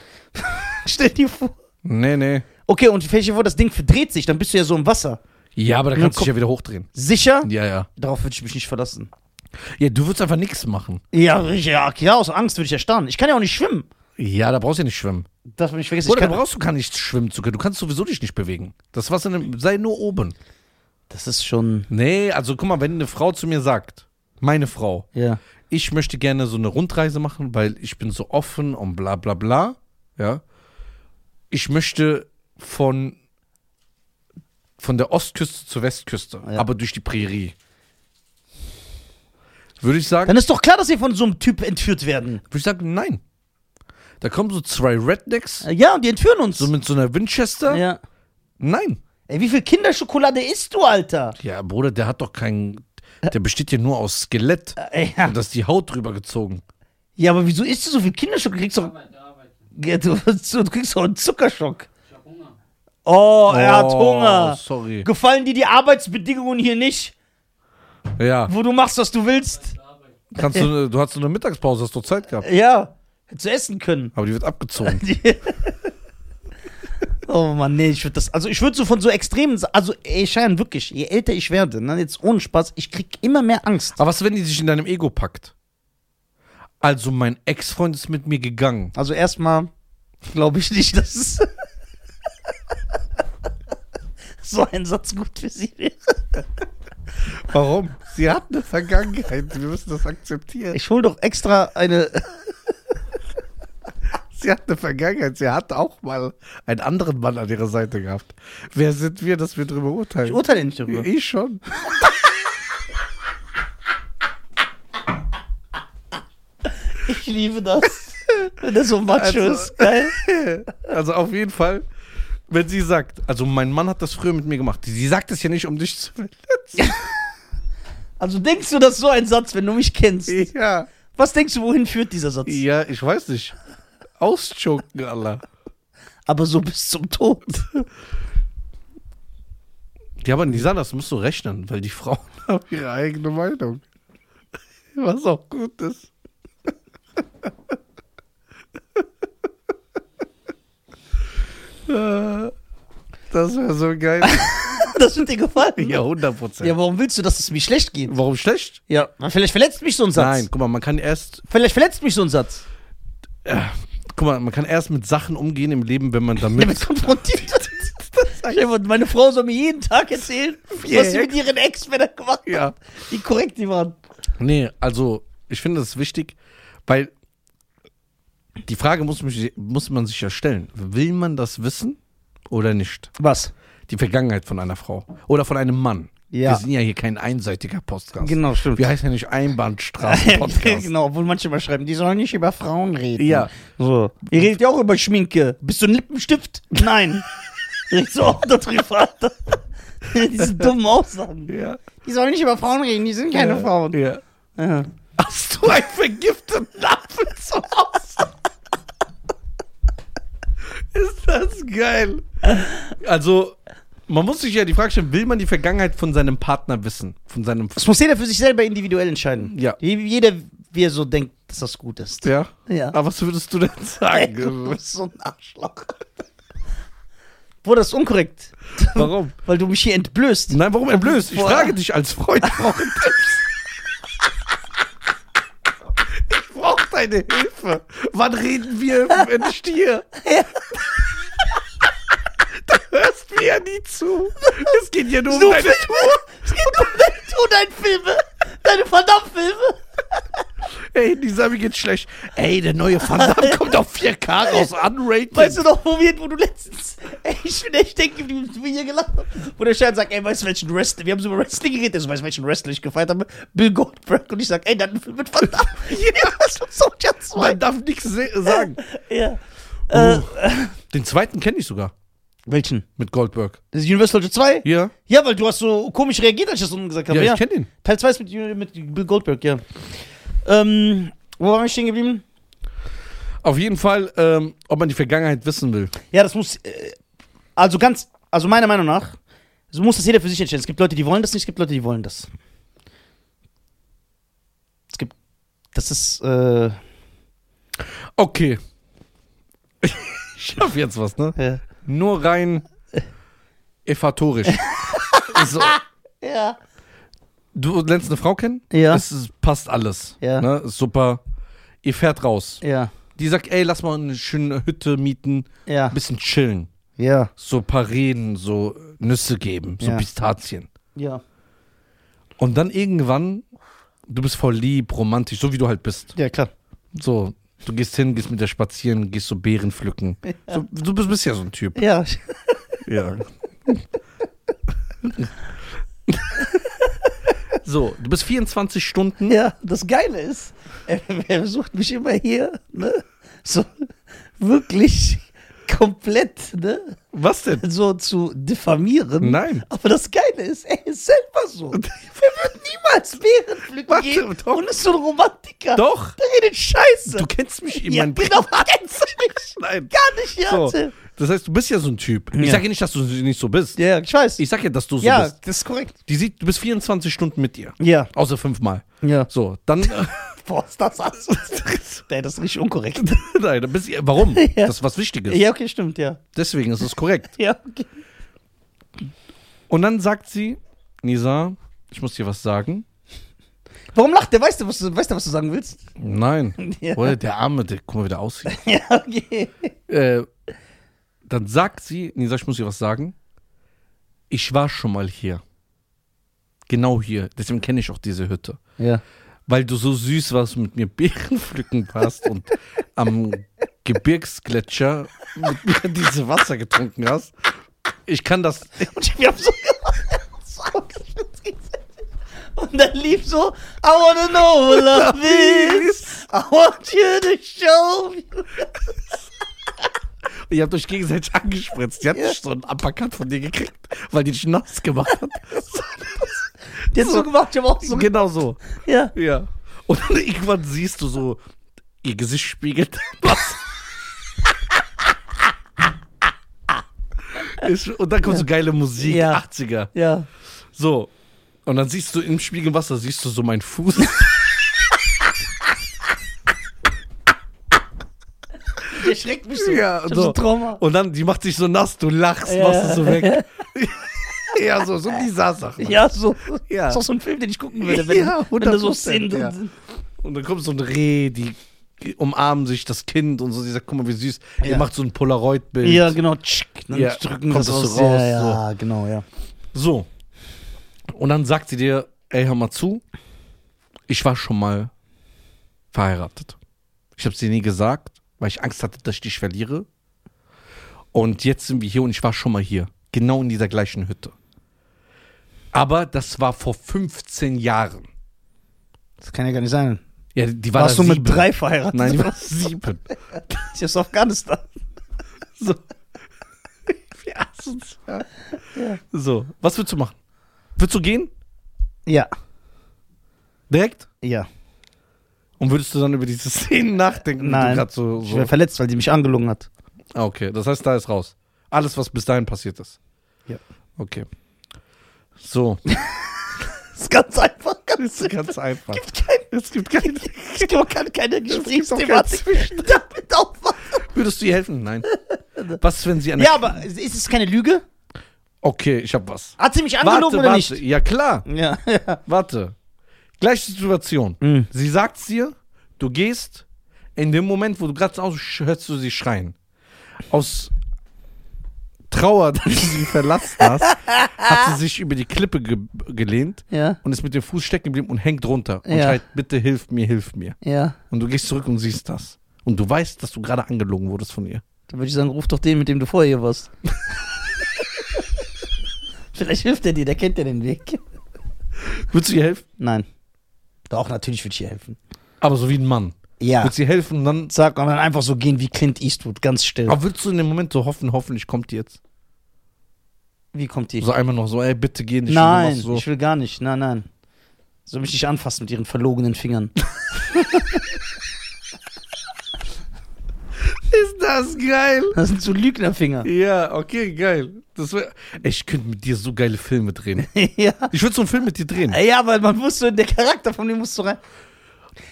[SPEAKER 2] stell dir vor.
[SPEAKER 1] Nee, nee.
[SPEAKER 2] Okay, und stell dir vor, das Ding verdreht sich, dann bist du ja so im Wasser.
[SPEAKER 1] Ja, aber da
[SPEAKER 2] Ja,
[SPEAKER 1] kannst du dich
[SPEAKER 2] guck-
[SPEAKER 1] ja wieder hochdrehen.
[SPEAKER 2] Sicher?
[SPEAKER 1] Ja, ja.
[SPEAKER 2] Darauf würde ich mich nicht verlassen.
[SPEAKER 1] Ja, du würdest einfach nichts machen.
[SPEAKER 2] Ja, richtig, ja, ja, aus Angst würde ich erstarren. Ich kann ja auch nicht schwimmen.
[SPEAKER 1] Ja, da brauchst du ja nicht schwimmen.
[SPEAKER 2] Das will ich vergessen. Ich
[SPEAKER 1] Oder da
[SPEAKER 2] kann,
[SPEAKER 1] brauchst du gar nicht schwimmen zu können. Du kannst sowieso dich nicht bewegen. Das Wasser nimmt- sei nur oben.
[SPEAKER 2] das ist schon.
[SPEAKER 1] Nee, also guck mal, wenn eine Frau zu mir sagt, meine Frau,
[SPEAKER 2] Ja.
[SPEAKER 1] ich möchte gerne so eine Rundreise machen, weil ich bin so offen und bla bla bla, ja. Ich möchte von, von der Ostküste zur Westküste,
[SPEAKER 2] Ja.
[SPEAKER 1] aber durch die Prärie. Würde ich sagen,
[SPEAKER 2] Dann ist doch klar, dass wir von so einem Typ entführt werden.
[SPEAKER 1] würde ich sagen, nein. Da kommen so zwei Rednecks,
[SPEAKER 2] Ja, und die entführen uns.
[SPEAKER 1] so mit so einer Winchester.
[SPEAKER 2] ja.
[SPEAKER 1] Nein.
[SPEAKER 2] Ey, wie viel Kinderschokolade isst du, Alter?
[SPEAKER 1] Ja, Bruder, der hat doch keinen. Der besteht ja nur aus Skelett.
[SPEAKER 2] Äh, Ja.
[SPEAKER 1] Und da ist die Haut drüber gezogen.
[SPEAKER 2] ja, aber wieso isst du so viel Kinderschokolade? Kriegst doch,
[SPEAKER 3] Arbeit, Arbeit.
[SPEAKER 2] ja, du, du kriegst doch einen Zuckerschock.
[SPEAKER 3] Ich hab Hunger.
[SPEAKER 2] Oh, er hat Hunger.
[SPEAKER 1] Sorry.
[SPEAKER 2] Gefallen dir die Arbeitsbedingungen hier nicht,
[SPEAKER 1] Ja,
[SPEAKER 2] wo du machst, was du willst?
[SPEAKER 3] Arbeit.
[SPEAKER 1] kannst du, du hast nur eine Mittagspause, hast doch Zeit gehabt.
[SPEAKER 2] Ja, hättest du essen können.
[SPEAKER 1] Aber die wird abgezogen.
[SPEAKER 2] oh Mann, nee, ich würde das. Also ich würde so von so extremen. Sa- Also, ey, Schein, wirklich, je älter ich werde, ne, jetzt ohne Spaß, ich krieg immer mehr Angst.
[SPEAKER 1] Aber was, wenn die sich in deinem Ego packt? Also, mein Ex-Freund ist mit mir gegangen.
[SPEAKER 2] Also erstmal glaube ich nicht, dass es so ein Satz gut für sie wäre.
[SPEAKER 1] Warum? Sie hat eine Vergangenheit. Wir müssen das akzeptieren.
[SPEAKER 2] Ich hole doch extra eine.
[SPEAKER 1] Sie hat eine Vergangenheit. Sie hat auch mal einen anderen Mann an ihrer Seite gehabt. Wer sind wir, dass wir drüber
[SPEAKER 2] Ich
[SPEAKER 1] urteilen?
[SPEAKER 2] urteile nicht darüber.
[SPEAKER 1] Ich schon.
[SPEAKER 2] Ich liebe das. Wenn das so macho
[SPEAKER 1] Also-
[SPEAKER 2] ist. Geil.
[SPEAKER 1] Also auf jeden Fall, wenn sie sagt, also mein Mann hat das früher mit mir gemacht. Sie sagt es ja nicht, um dich zu
[SPEAKER 2] Also denkst du, dass so ein Satz, wenn du mich kennst?
[SPEAKER 1] Ja.
[SPEAKER 2] Was denkst du, wohin führt dieser Satz?
[SPEAKER 1] Ja, ich weiß nicht. Auschoken, Allah.
[SPEAKER 2] Aber so bis zum Tod.
[SPEAKER 1] Ja, aber Nisan, das musst du rechnen, weil die Frauen haben ihre eigene Meinung. Was auch gut ist. Äh, Das wäre so geil.
[SPEAKER 2] Das wird dir gefallen.
[SPEAKER 1] Ja, 100 Prozent.
[SPEAKER 2] Ja, warum willst du, dass es mir schlecht geht?
[SPEAKER 1] Warum schlecht?
[SPEAKER 2] Ja, vielleicht verletzt mich so ein Satz.
[SPEAKER 1] Nein, guck mal, man kann erst
[SPEAKER 2] Vielleicht verletzt mich so ein Satz.
[SPEAKER 1] Guck mal, man kann erst mit Sachen umgehen im Leben, wenn man
[SPEAKER 2] Der wird
[SPEAKER 1] damit.
[SPEAKER 2] konfrontiert. Stell dir vor, Meine Frau soll mir jeden Tag erzählen,
[SPEAKER 1] Vier
[SPEAKER 2] was sie mit ihren Ex-Männern gemacht hat.
[SPEAKER 1] ja.
[SPEAKER 2] Wie korrekt die waren.
[SPEAKER 1] Nee, also ich finde das ist wichtig, weil die Frage muss, mich, muss man sich ja stellen. Will man das wissen oder nicht?
[SPEAKER 2] Was?
[SPEAKER 1] Die Vergangenheit von einer Frau oder von einem Mann.
[SPEAKER 2] Ja.
[SPEAKER 1] Wir sind ja hier kein einseitiger Podcast.
[SPEAKER 2] Genau, stimmt.
[SPEAKER 1] Wir heißen ja nicht Einbahnstraßen-Podcast.
[SPEAKER 2] genau, obwohl manche mal schreiben, die sollen nicht über Frauen reden.
[SPEAKER 1] Ja.
[SPEAKER 2] So. Ihr redet ja auch über Schminke. Bist du ein Lippenstift? Nein. Redet so auch darüber, Alter. Diese dummen Aussagen.
[SPEAKER 1] ja.
[SPEAKER 2] Die sollen nicht über Frauen reden, die sind keine
[SPEAKER 1] ja.
[SPEAKER 2] Frauen.
[SPEAKER 1] Ja.
[SPEAKER 2] Ja.
[SPEAKER 1] Hast du einen vergifteten Apfel zu Hause? Ist das geil? Also, man muss sich ja die Frage stellen, will man die Vergangenheit von seinem Partner wissen? Von seinem.
[SPEAKER 2] Das muss jeder für sich selber individuell entscheiden.
[SPEAKER 1] Ja.
[SPEAKER 2] Jeder, wie er so denkt, dass das gut ist.
[SPEAKER 1] Ja.
[SPEAKER 2] Ja.
[SPEAKER 1] Aber was würdest du denn
[SPEAKER 2] Ey, du
[SPEAKER 1] sagen?
[SPEAKER 2] bist so ein Arschloch. Bruder, das ist unkorrekt,
[SPEAKER 1] Warum?
[SPEAKER 2] weil du mich hier entblößt.
[SPEAKER 1] Nein, warum entblößt? Ich
[SPEAKER 2] Boah.
[SPEAKER 1] frage dich als Freund. Warum Tipps? Ich brauche deine Hilfe. Wann reden wir mit Stier? Du hörst mir ja nie zu. Es geht ja nur um
[SPEAKER 2] Nur
[SPEAKER 1] deine
[SPEAKER 2] Filme. Es geht um deine, um deine Filme. Deine verdammten Filme.
[SPEAKER 1] Ey, die Sami geht schlecht. Ey, der neue Van Damme kommt auf 4K raus. Unrated.
[SPEAKER 2] Weißt du noch, wo wir, wo du letztens, ey, ich bin echt denke, wie wir hier gelacht haben. Wo der Schein sagt, ey, weißt du, welchen Wrestler, wir haben so über Wrestling geredet, also weißt du, welchen Wrestler ich gefeiert habe? Bill Goldberg. Und ich sag, ey, dann ein Film mit Van Damme. ja, das ist so ganz
[SPEAKER 1] Man
[SPEAKER 2] weit.
[SPEAKER 1] darf nichts se- sagen.
[SPEAKER 2] Ja. Äh,
[SPEAKER 1] Oh. Den zweiten kenne ich sogar.
[SPEAKER 2] welchen?
[SPEAKER 1] Mit Goldberg.
[SPEAKER 2] Das ist Universal 2?
[SPEAKER 1] Ja.
[SPEAKER 2] Ja, weil du hast so komisch reagiert, als ich das unten gesagt habe.
[SPEAKER 1] Ja,
[SPEAKER 2] Ja,
[SPEAKER 1] ich kenne ihn.
[SPEAKER 2] Teil 2 ist mit, mit Bill Goldberg, ja. Ähm, wo waren wir stehen geblieben?
[SPEAKER 1] Auf jeden Fall, ähm, ob man die Vergangenheit wissen will.
[SPEAKER 2] Ja, das muss. Äh, also ganz. Also meiner Meinung nach So muss das jeder für sich entscheiden. Es gibt Leute, die wollen das nicht, es gibt Leute, die wollen das. Es gibt. Das ist. Äh,
[SPEAKER 1] Okay. ich hab jetzt was, ne?
[SPEAKER 2] ja.
[SPEAKER 1] Nur rein ephatorisch. so,
[SPEAKER 2] Ja.
[SPEAKER 1] du lernst eine Frau kennen?
[SPEAKER 2] Ja.
[SPEAKER 1] Es ist, passt alles.
[SPEAKER 2] Ja.
[SPEAKER 1] Ne? Ist super. Ihr fährt raus.
[SPEAKER 2] Ja.
[SPEAKER 1] Die sagt, ey, lass mal eine schöne Hütte mieten,
[SPEAKER 2] Ja.
[SPEAKER 1] ein bisschen chillen.
[SPEAKER 2] Ja.
[SPEAKER 1] So ein paar Reden, so Nüsse geben, so
[SPEAKER 2] Ja.
[SPEAKER 1] Pistazien.
[SPEAKER 2] Ja.
[SPEAKER 1] Und dann irgendwann, du bist voll lieb, romantisch, so wie du halt bist.
[SPEAKER 2] Ja, klar.
[SPEAKER 1] So, du gehst hin, gehst mit der spazieren, gehst so Beeren pflücken. So, du bist, bist ja so ein Typ.
[SPEAKER 2] Ja.
[SPEAKER 1] Ja. so, du bist 24 Stunden.
[SPEAKER 2] Ja, das Geile ist, er, er sucht mich immer hier, ne? So wirklich komplett, ne?
[SPEAKER 1] Was denn?
[SPEAKER 2] So zu diffamieren.
[SPEAKER 1] Nein.
[SPEAKER 2] Aber das Geile ist, er ist selber so. Er wird niemals Beeren pflücken
[SPEAKER 1] Warte,
[SPEAKER 2] gehen
[SPEAKER 1] doch.
[SPEAKER 2] und ist so ein Romantiker.
[SPEAKER 1] Doch.
[SPEAKER 2] Der redet Scheiße.
[SPEAKER 1] Du kennst mich in
[SPEAKER 2] ja,
[SPEAKER 1] meinen
[SPEAKER 2] genau, kennst du mich.
[SPEAKER 1] Nein.
[SPEAKER 2] Gar nicht, ja.
[SPEAKER 1] So,
[SPEAKER 2] Tim.
[SPEAKER 1] das heißt, du bist ja so ein Typ. Ich
[SPEAKER 2] Ja.
[SPEAKER 1] sage ja nicht, dass du nicht so bist.
[SPEAKER 2] Ja, ich weiß.
[SPEAKER 1] Ich sage ja, dass du so
[SPEAKER 2] ja,
[SPEAKER 1] bist.
[SPEAKER 2] das ist korrekt.
[SPEAKER 1] Die sieht, du bist 24 Stunden mit ihr.
[SPEAKER 2] Ja,
[SPEAKER 1] Außer fünfmal.
[SPEAKER 2] ja.
[SPEAKER 1] So, dann.
[SPEAKER 2] Boah, ist das alles. Ey, das ist richtig unkorrekt.
[SPEAKER 1] Nein, dann bist, ihr- warum?
[SPEAKER 2] Ja.
[SPEAKER 1] Das ist was Wichtiges.
[SPEAKER 2] Ja, okay, stimmt, ja.
[SPEAKER 1] Deswegen ist es korrekt.
[SPEAKER 2] Ja, okay.
[SPEAKER 1] Und dann sagt sie, Nisa, ich muss dir was sagen.
[SPEAKER 2] Warum lacht der? Weißt du, was du, weißt du, was du sagen willst?
[SPEAKER 1] Nein.
[SPEAKER 2] Ja.
[SPEAKER 1] Oder der Arme, der, guck mal, wie der aussieht.
[SPEAKER 2] Ja, okay.
[SPEAKER 1] äh, dann sagt sie, Nisa, ich muss dir was sagen. Ich war schon mal hier. Genau hier. Deswegen kenne ich auch diese Hütte.
[SPEAKER 2] Ja.
[SPEAKER 1] Weil du so süß warst, mit mir Beeren pflücken warst und am Gebirgsgletscher mit mir diese Wasser getrunken hast. Ich kann das.
[SPEAKER 2] Und wir haben so gemacht. Und dann lief so, I wanna know what love is. I want you to show me.
[SPEAKER 1] Ihr habt euch gegenseitig angespritzt. Die hat
[SPEAKER 2] Ja.
[SPEAKER 1] so einen Uppercut von dir gekriegt, weil die dich nass gemacht hat.
[SPEAKER 2] Der hat so gemacht, ich hab auch so.
[SPEAKER 1] genau so.
[SPEAKER 2] Ja.
[SPEAKER 1] Ja. Und dann irgendwann siehst du so, ihr Gesicht spiegelt was. Ist- Und dann kommt so geile Musik,
[SPEAKER 2] Ja.
[SPEAKER 1] 80er.
[SPEAKER 2] Ja.
[SPEAKER 1] So. Und dann siehst du im Spiegel Wasser, siehst du so meinen Fuß.
[SPEAKER 2] Der schreckt mich so.
[SPEAKER 1] Ja,
[SPEAKER 2] ich hab
[SPEAKER 1] so.
[SPEAKER 2] so. ein Trauma.
[SPEAKER 1] Und dann, die macht sich so nass, du lachst,
[SPEAKER 2] Ja.
[SPEAKER 1] machst es so weg. ja, so, so die Sache.
[SPEAKER 2] Ja, so.
[SPEAKER 1] Ja.
[SPEAKER 2] Das ist auch so ein Film, den ich gucken würde, wenn,
[SPEAKER 1] Ja,
[SPEAKER 2] wenn da so
[SPEAKER 1] 100%,
[SPEAKER 2] Szenen
[SPEAKER 1] ja.
[SPEAKER 2] drin sind.
[SPEAKER 1] Und dann kommt so ein Reh, die umarmen sich das Kind und so, die sagt, guck mal, wie süß. Ihr
[SPEAKER 2] Ja.
[SPEAKER 1] macht so ein Polaroid-Bild.
[SPEAKER 2] Ja, genau. Tschick, dann
[SPEAKER 1] Ja,
[SPEAKER 2] drücken wir
[SPEAKER 1] kommt
[SPEAKER 2] das
[SPEAKER 1] das so raus,
[SPEAKER 2] raus. Ja, ja, genau, ja.
[SPEAKER 1] So. Und dann sagt sie dir, ey, hör mal zu, ich war schon mal verheiratet. Ich habe dir nie gesagt, weil ich Angst hatte, dass ich dich verliere. Und jetzt sind wir hier und ich war schon mal hier. Genau in dieser gleichen Hütte. Aber das war vor 15 Jahren.
[SPEAKER 2] Das kann ja gar nicht sein.
[SPEAKER 1] Ja, die war
[SPEAKER 2] Warst
[SPEAKER 1] da
[SPEAKER 2] du mit
[SPEAKER 1] sieben.
[SPEAKER 2] drei verheiratet?
[SPEAKER 1] Nein, die war sieben.
[SPEAKER 2] ist aus Afghanistan.
[SPEAKER 1] So. Wie asozial. So, was willst du machen? Willst du gehen?
[SPEAKER 2] Ja,
[SPEAKER 1] Direkt?
[SPEAKER 2] ja.
[SPEAKER 1] Und würdest du dann über diese Szenen nachdenken, die du
[SPEAKER 2] Nein.
[SPEAKER 1] gerade so.
[SPEAKER 2] Ich
[SPEAKER 1] so
[SPEAKER 2] wäre verletzt, weil die mich angelogen hat.
[SPEAKER 1] ah, okay. Das heißt, da ist raus. Alles, was bis dahin passiert ist.
[SPEAKER 2] Ja.
[SPEAKER 1] Okay. So.
[SPEAKER 2] Das ist ganz einfach. Ganz
[SPEAKER 1] ist ganz einfach.
[SPEAKER 2] Es gibt kein,
[SPEAKER 1] Es gibt keinen.
[SPEAKER 2] es gibt auch keine, keine
[SPEAKER 1] Es
[SPEAKER 2] Gesprächsthematik. Damit aufwachen.
[SPEAKER 1] Würdest du ihr helfen? Nein. Was, wenn sie an
[SPEAKER 2] Ja, aber ist es keine Lüge?
[SPEAKER 1] Okay, ich hab was.
[SPEAKER 2] Hat sie mich angelogen oder
[SPEAKER 1] warte.
[SPEAKER 2] nicht?
[SPEAKER 1] Ja, klar.
[SPEAKER 2] Ja, ja.
[SPEAKER 1] Warte. Gleiche Situation.
[SPEAKER 2] Mhm.
[SPEAKER 1] Sie sagt dir, du gehst, in dem Moment, wo du gerade aus hörst du sie schreien. Aus Trauer, dass du sie verlassen hast, hat sie sich über die Klippe ge gelehnt
[SPEAKER 2] Ja,
[SPEAKER 1] und ist mit dem Fuß stecken geblieben und hängt runter und
[SPEAKER 2] Ja.
[SPEAKER 1] schreit, bitte hilf mir, hilf mir.
[SPEAKER 2] ja.
[SPEAKER 1] Und du gehst zurück und siehst das. Und du weißt, dass du gerade angelogen wurdest von ihr.
[SPEAKER 2] Dann würde ich sagen, ruf doch den, mit dem du vorher hier warst. Vielleicht hilft er dir, der kennt ja den Weg.
[SPEAKER 1] Würdest du ihr helfen?
[SPEAKER 2] Nein. Doch, natürlich würde ich ihr helfen.
[SPEAKER 1] Aber so wie ein Mann.
[SPEAKER 2] Ja.
[SPEAKER 1] Würdest du ihr helfen und dann.
[SPEAKER 2] Sag mal, dann einfach so gehen wie Clint Eastwood, ganz still.
[SPEAKER 1] Aber würdest du in dem Moment so hoffen, hoffentlich kommt die jetzt?
[SPEAKER 2] Wie kommt die?
[SPEAKER 1] So einmal noch so, ey, bitte geh nicht.
[SPEAKER 2] nein,
[SPEAKER 1] Und du machst
[SPEAKER 2] ich will gar nicht. Nein, nein. So mich nicht anfassen mit ihren verlogenen Fingern.
[SPEAKER 1] So. Ist das geil?
[SPEAKER 2] Das sind so Lügnerfinger.
[SPEAKER 1] Ja, okay, geil. Das wär, ey, ich könnte mit dir so geile Filme drehen.
[SPEAKER 2] ja.
[SPEAKER 1] Ich würde so einen Film mit dir drehen.
[SPEAKER 2] Äh, ja, weil man wusste, der Charakter von dem musst du rein.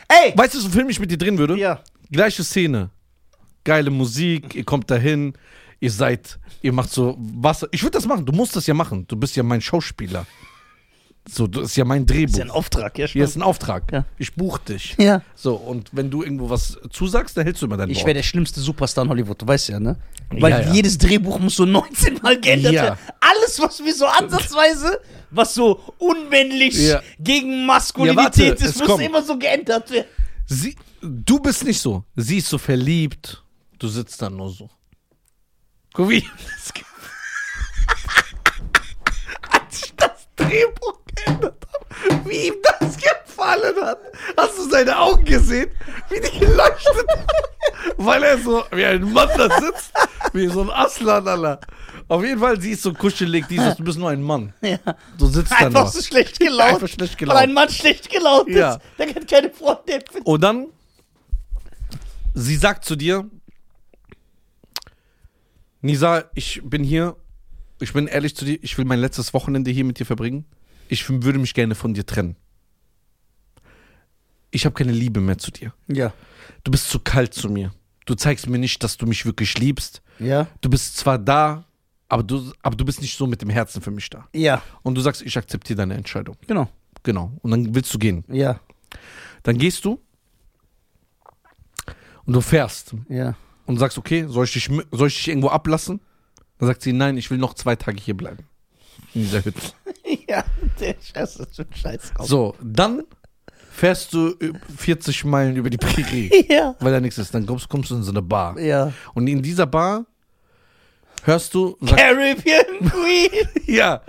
[SPEAKER 2] Ey!
[SPEAKER 1] Weißt du, so einen Film, den ich mit dir drehen würde?
[SPEAKER 2] Ja.
[SPEAKER 1] Gleiche Szene. Geile Musik, ihr kommt dahin, ihr seid, ihr macht so Wasser. Ich würde das machen, du musst das ja machen. Du bist ja mein Schauspieler. So, das ist ja mein
[SPEAKER 2] Ist ja
[SPEAKER 1] Drehbuch.
[SPEAKER 2] ein Auftrag, ja,
[SPEAKER 1] Hier
[SPEAKER 2] stimmt.
[SPEAKER 1] ist ein Auftrag.
[SPEAKER 2] Ja.
[SPEAKER 1] Ich buche dich.
[SPEAKER 2] Ja.
[SPEAKER 1] So, und wenn du irgendwo was zusagst, dann hältst du immer dein
[SPEAKER 2] Ich wäre
[SPEAKER 1] Wort.
[SPEAKER 2] der schlimmste Superstar in Hollywood, du weißt ja, ne? Weil
[SPEAKER 1] Ja, ja.
[SPEAKER 2] jedes Drehbuch muss so 19 Mal geändert
[SPEAKER 1] Ja.
[SPEAKER 2] werden. Alles, was wir so ansatzweise, was so unmännlich
[SPEAKER 1] Ja.
[SPEAKER 2] gegen Maskulinität
[SPEAKER 1] Ja, warte,
[SPEAKER 2] ist,
[SPEAKER 1] es
[SPEAKER 2] muss
[SPEAKER 1] kommt.
[SPEAKER 2] immer so geändert werden.
[SPEAKER 1] Sie, du bist nicht so. Sie ist so verliebt. Du sitzt dann nur so. Guck wie.
[SPEAKER 2] Als ich das Drehbuch geändert habe, wie ihm das gefallen hat.
[SPEAKER 1] Hast du seine Augen gesehen? Wie die geleuchtet haben? Weil er so wie ein Mann da sitzt. Wie so ein Aslan, Alter. Auf jeden Fall, sie ist so kuschelig. Die ist, so, du bist nur ein Mann.
[SPEAKER 2] Ja.
[SPEAKER 1] Du sitzt dann
[SPEAKER 2] Einfach
[SPEAKER 1] nur.
[SPEAKER 2] so schlecht gelaunt.
[SPEAKER 1] Einfach schlecht
[SPEAKER 2] Weil
[SPEAKER 1] gelaunt.
[SPEAKER 2] ein Mann schlecht gelaunt ist,
[SPEAKER 1] Ja.
[SPEAKER 2] der kann keine Freundin finden.
[SPEAKER 1] Und dann, sie sagt zu dir, Nisa, ich bin hier, ich bin ehrlich zu dir, ich will mein letztes Wochenende hier mit dir verbringen. Ich würde mich gerne von dir trennen. Ich habe keine Liebe mehr zu dir.
[SPEAKER 2] Ja.
[SPEAKER 1] Du bist zu kalt zu mir. Du zeigst mir nicht, dass du mich wirklich liebst.
[SPEAKER 2] Ja.
[SPEAKER 1] Du bist zwar da, aber du, aber du bist nicht so mit dem Herzen für mich da.
[SPEAKER 2] Ja.
[SPEAKER 1] Und du sagst, ich akzeptiere deine Entscheidung.
[SPEAKER 2] Genau.
[SPEAKER 1] Genau. Und dann willst du gehen.
[SPEAKER 2] Ja.
[SPEAKER 1] Dann gehst du und du fährst.
[SPEAKER 2] Ja.
[SPEAKER 1] und sagst, okay, soll ich dich, mi- soll ich dich irgendwo ablassen? Dann sagt sie, nein, ich will noch zwei Tage hier bleiben. In dieser Hütte.
[SPEAKER 2] Ja, der Scheiß ist so scheiß raus.
[SPEAKER 1] So, dann fährst du üb- 40 Meilen über die Prärie,
[SPEAKER 2] Ja.
[SPEAKER 1] weil da nichts ist. Dann kommst, kommst du in so eine Bar.
[SPEAKER 2] Ja.
[SPEAKER 1] Und in dieser Bar hörst du, sag,
[SPEAKER 2] Caribbean Queen.
[SPEAKER 1] ja,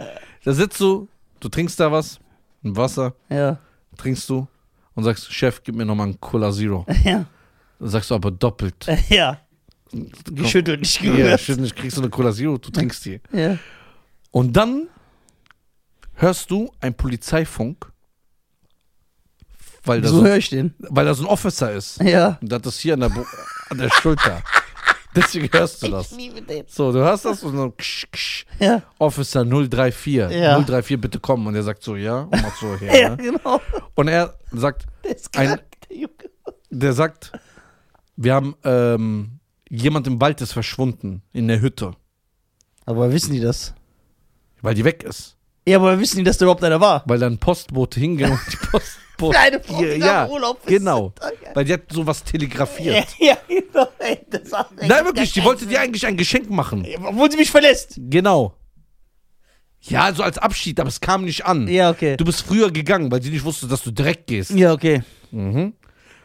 [SPEAKER 1] da sitzt du, du trinkst da was, ein Wasser,
[SPEAKER 2] Ja.
[SPEAKER 1] trinkst du und sagst, Chef, gib mir nochmal einen Cola Zero.
[SPEAKER 2] Ja.
[SPEAKER 1] Dann sagst du aber doppelt.
[SPEAKER 2] Ja. Geschüttelt, nicht
[SPEAKER 1] Ja,
[SPEAKER 2] gerührt.
[SPEAKER 1] schön, ich kriegst du eine Cola Zero, du trinkst die.
[SPEAKER 2] Ja.
[SPEAKER 1] Und dann hörst du einen Polizeifunk, weil da
[SPEAKER 2] So
[SPEAKER 1] so,
[SPEAKER 2] höre ich den.
[SPEAKER 1] weil da so ein Officer ist.
[SPEAKER 2] Ja.
[SPEAKER 1] Und das ist hier an der, Bo- an der Schulter. Deswegen hörst du
[SPEAKER 2] Ich
[SPEAKER 1] das.
[SPEAKER 2] liebe den.
[SPEAKER 1] So, du hörst das und dann ksch, ksch,
[SPEAKER 2] Ja.
[SPEAKER 1] Officer 034.
[SPEAKER 2] Ja.
[SPEAKER 1] 034, bitte kommen. Und er sagt so, ja, und macht so her.
[SPEAKER 2] Ja,
[SPEAKER 1] Ne?
[SPEAKER 2] genau.
[SPEAKER 1] Und er sagt,
[SPEAKER 2] Der ist
[SPEAKER 1] Ein-
[SPEAKER 2] krank, der Junge.
[SPEAKER 1] der sagt, wir haben, ähm, jemand im Wald ist verschwunden, in der Hütte,
[SPEAKER 2] Aber wissen die das?
[SPEAKER 1] weil die weg ist.
[SPEAKER 2] Ja, aber wissen die, dass da überhaupt einer war?
[SPEAKER 1] Weil dann Postbote hingehen und die Postbote.
[SPEAKER 2] Eine Frau, die
[SPEAKER 1] ja,
[SPEAKER 2] da im Urlaub ist.
[SPEAKER 1] genau.
[SPEAKER 2] Okay.
[SPEAKER 1] Weil die hat sowas telegrafiert.
[SPEAKER 2] Ja, ja, genau. Ey, das war
[SPEAKER 1] Nein, wirklich, die wollte dir eigentlich ein Geschenk machen.
[SPEAKER 2] Obwohl sie mich verlässt.
[SPEAKER 1] Genau. Ja, so als Abschied, aber es kam nicht an.
[SPEAKER 2] Ja, okay.
[SPEAKER 1] Du bist früher gegangen, weil sie nicht wusste, dass du direkt gehst.
[SPEAKER 2] ja, Mhm. okay.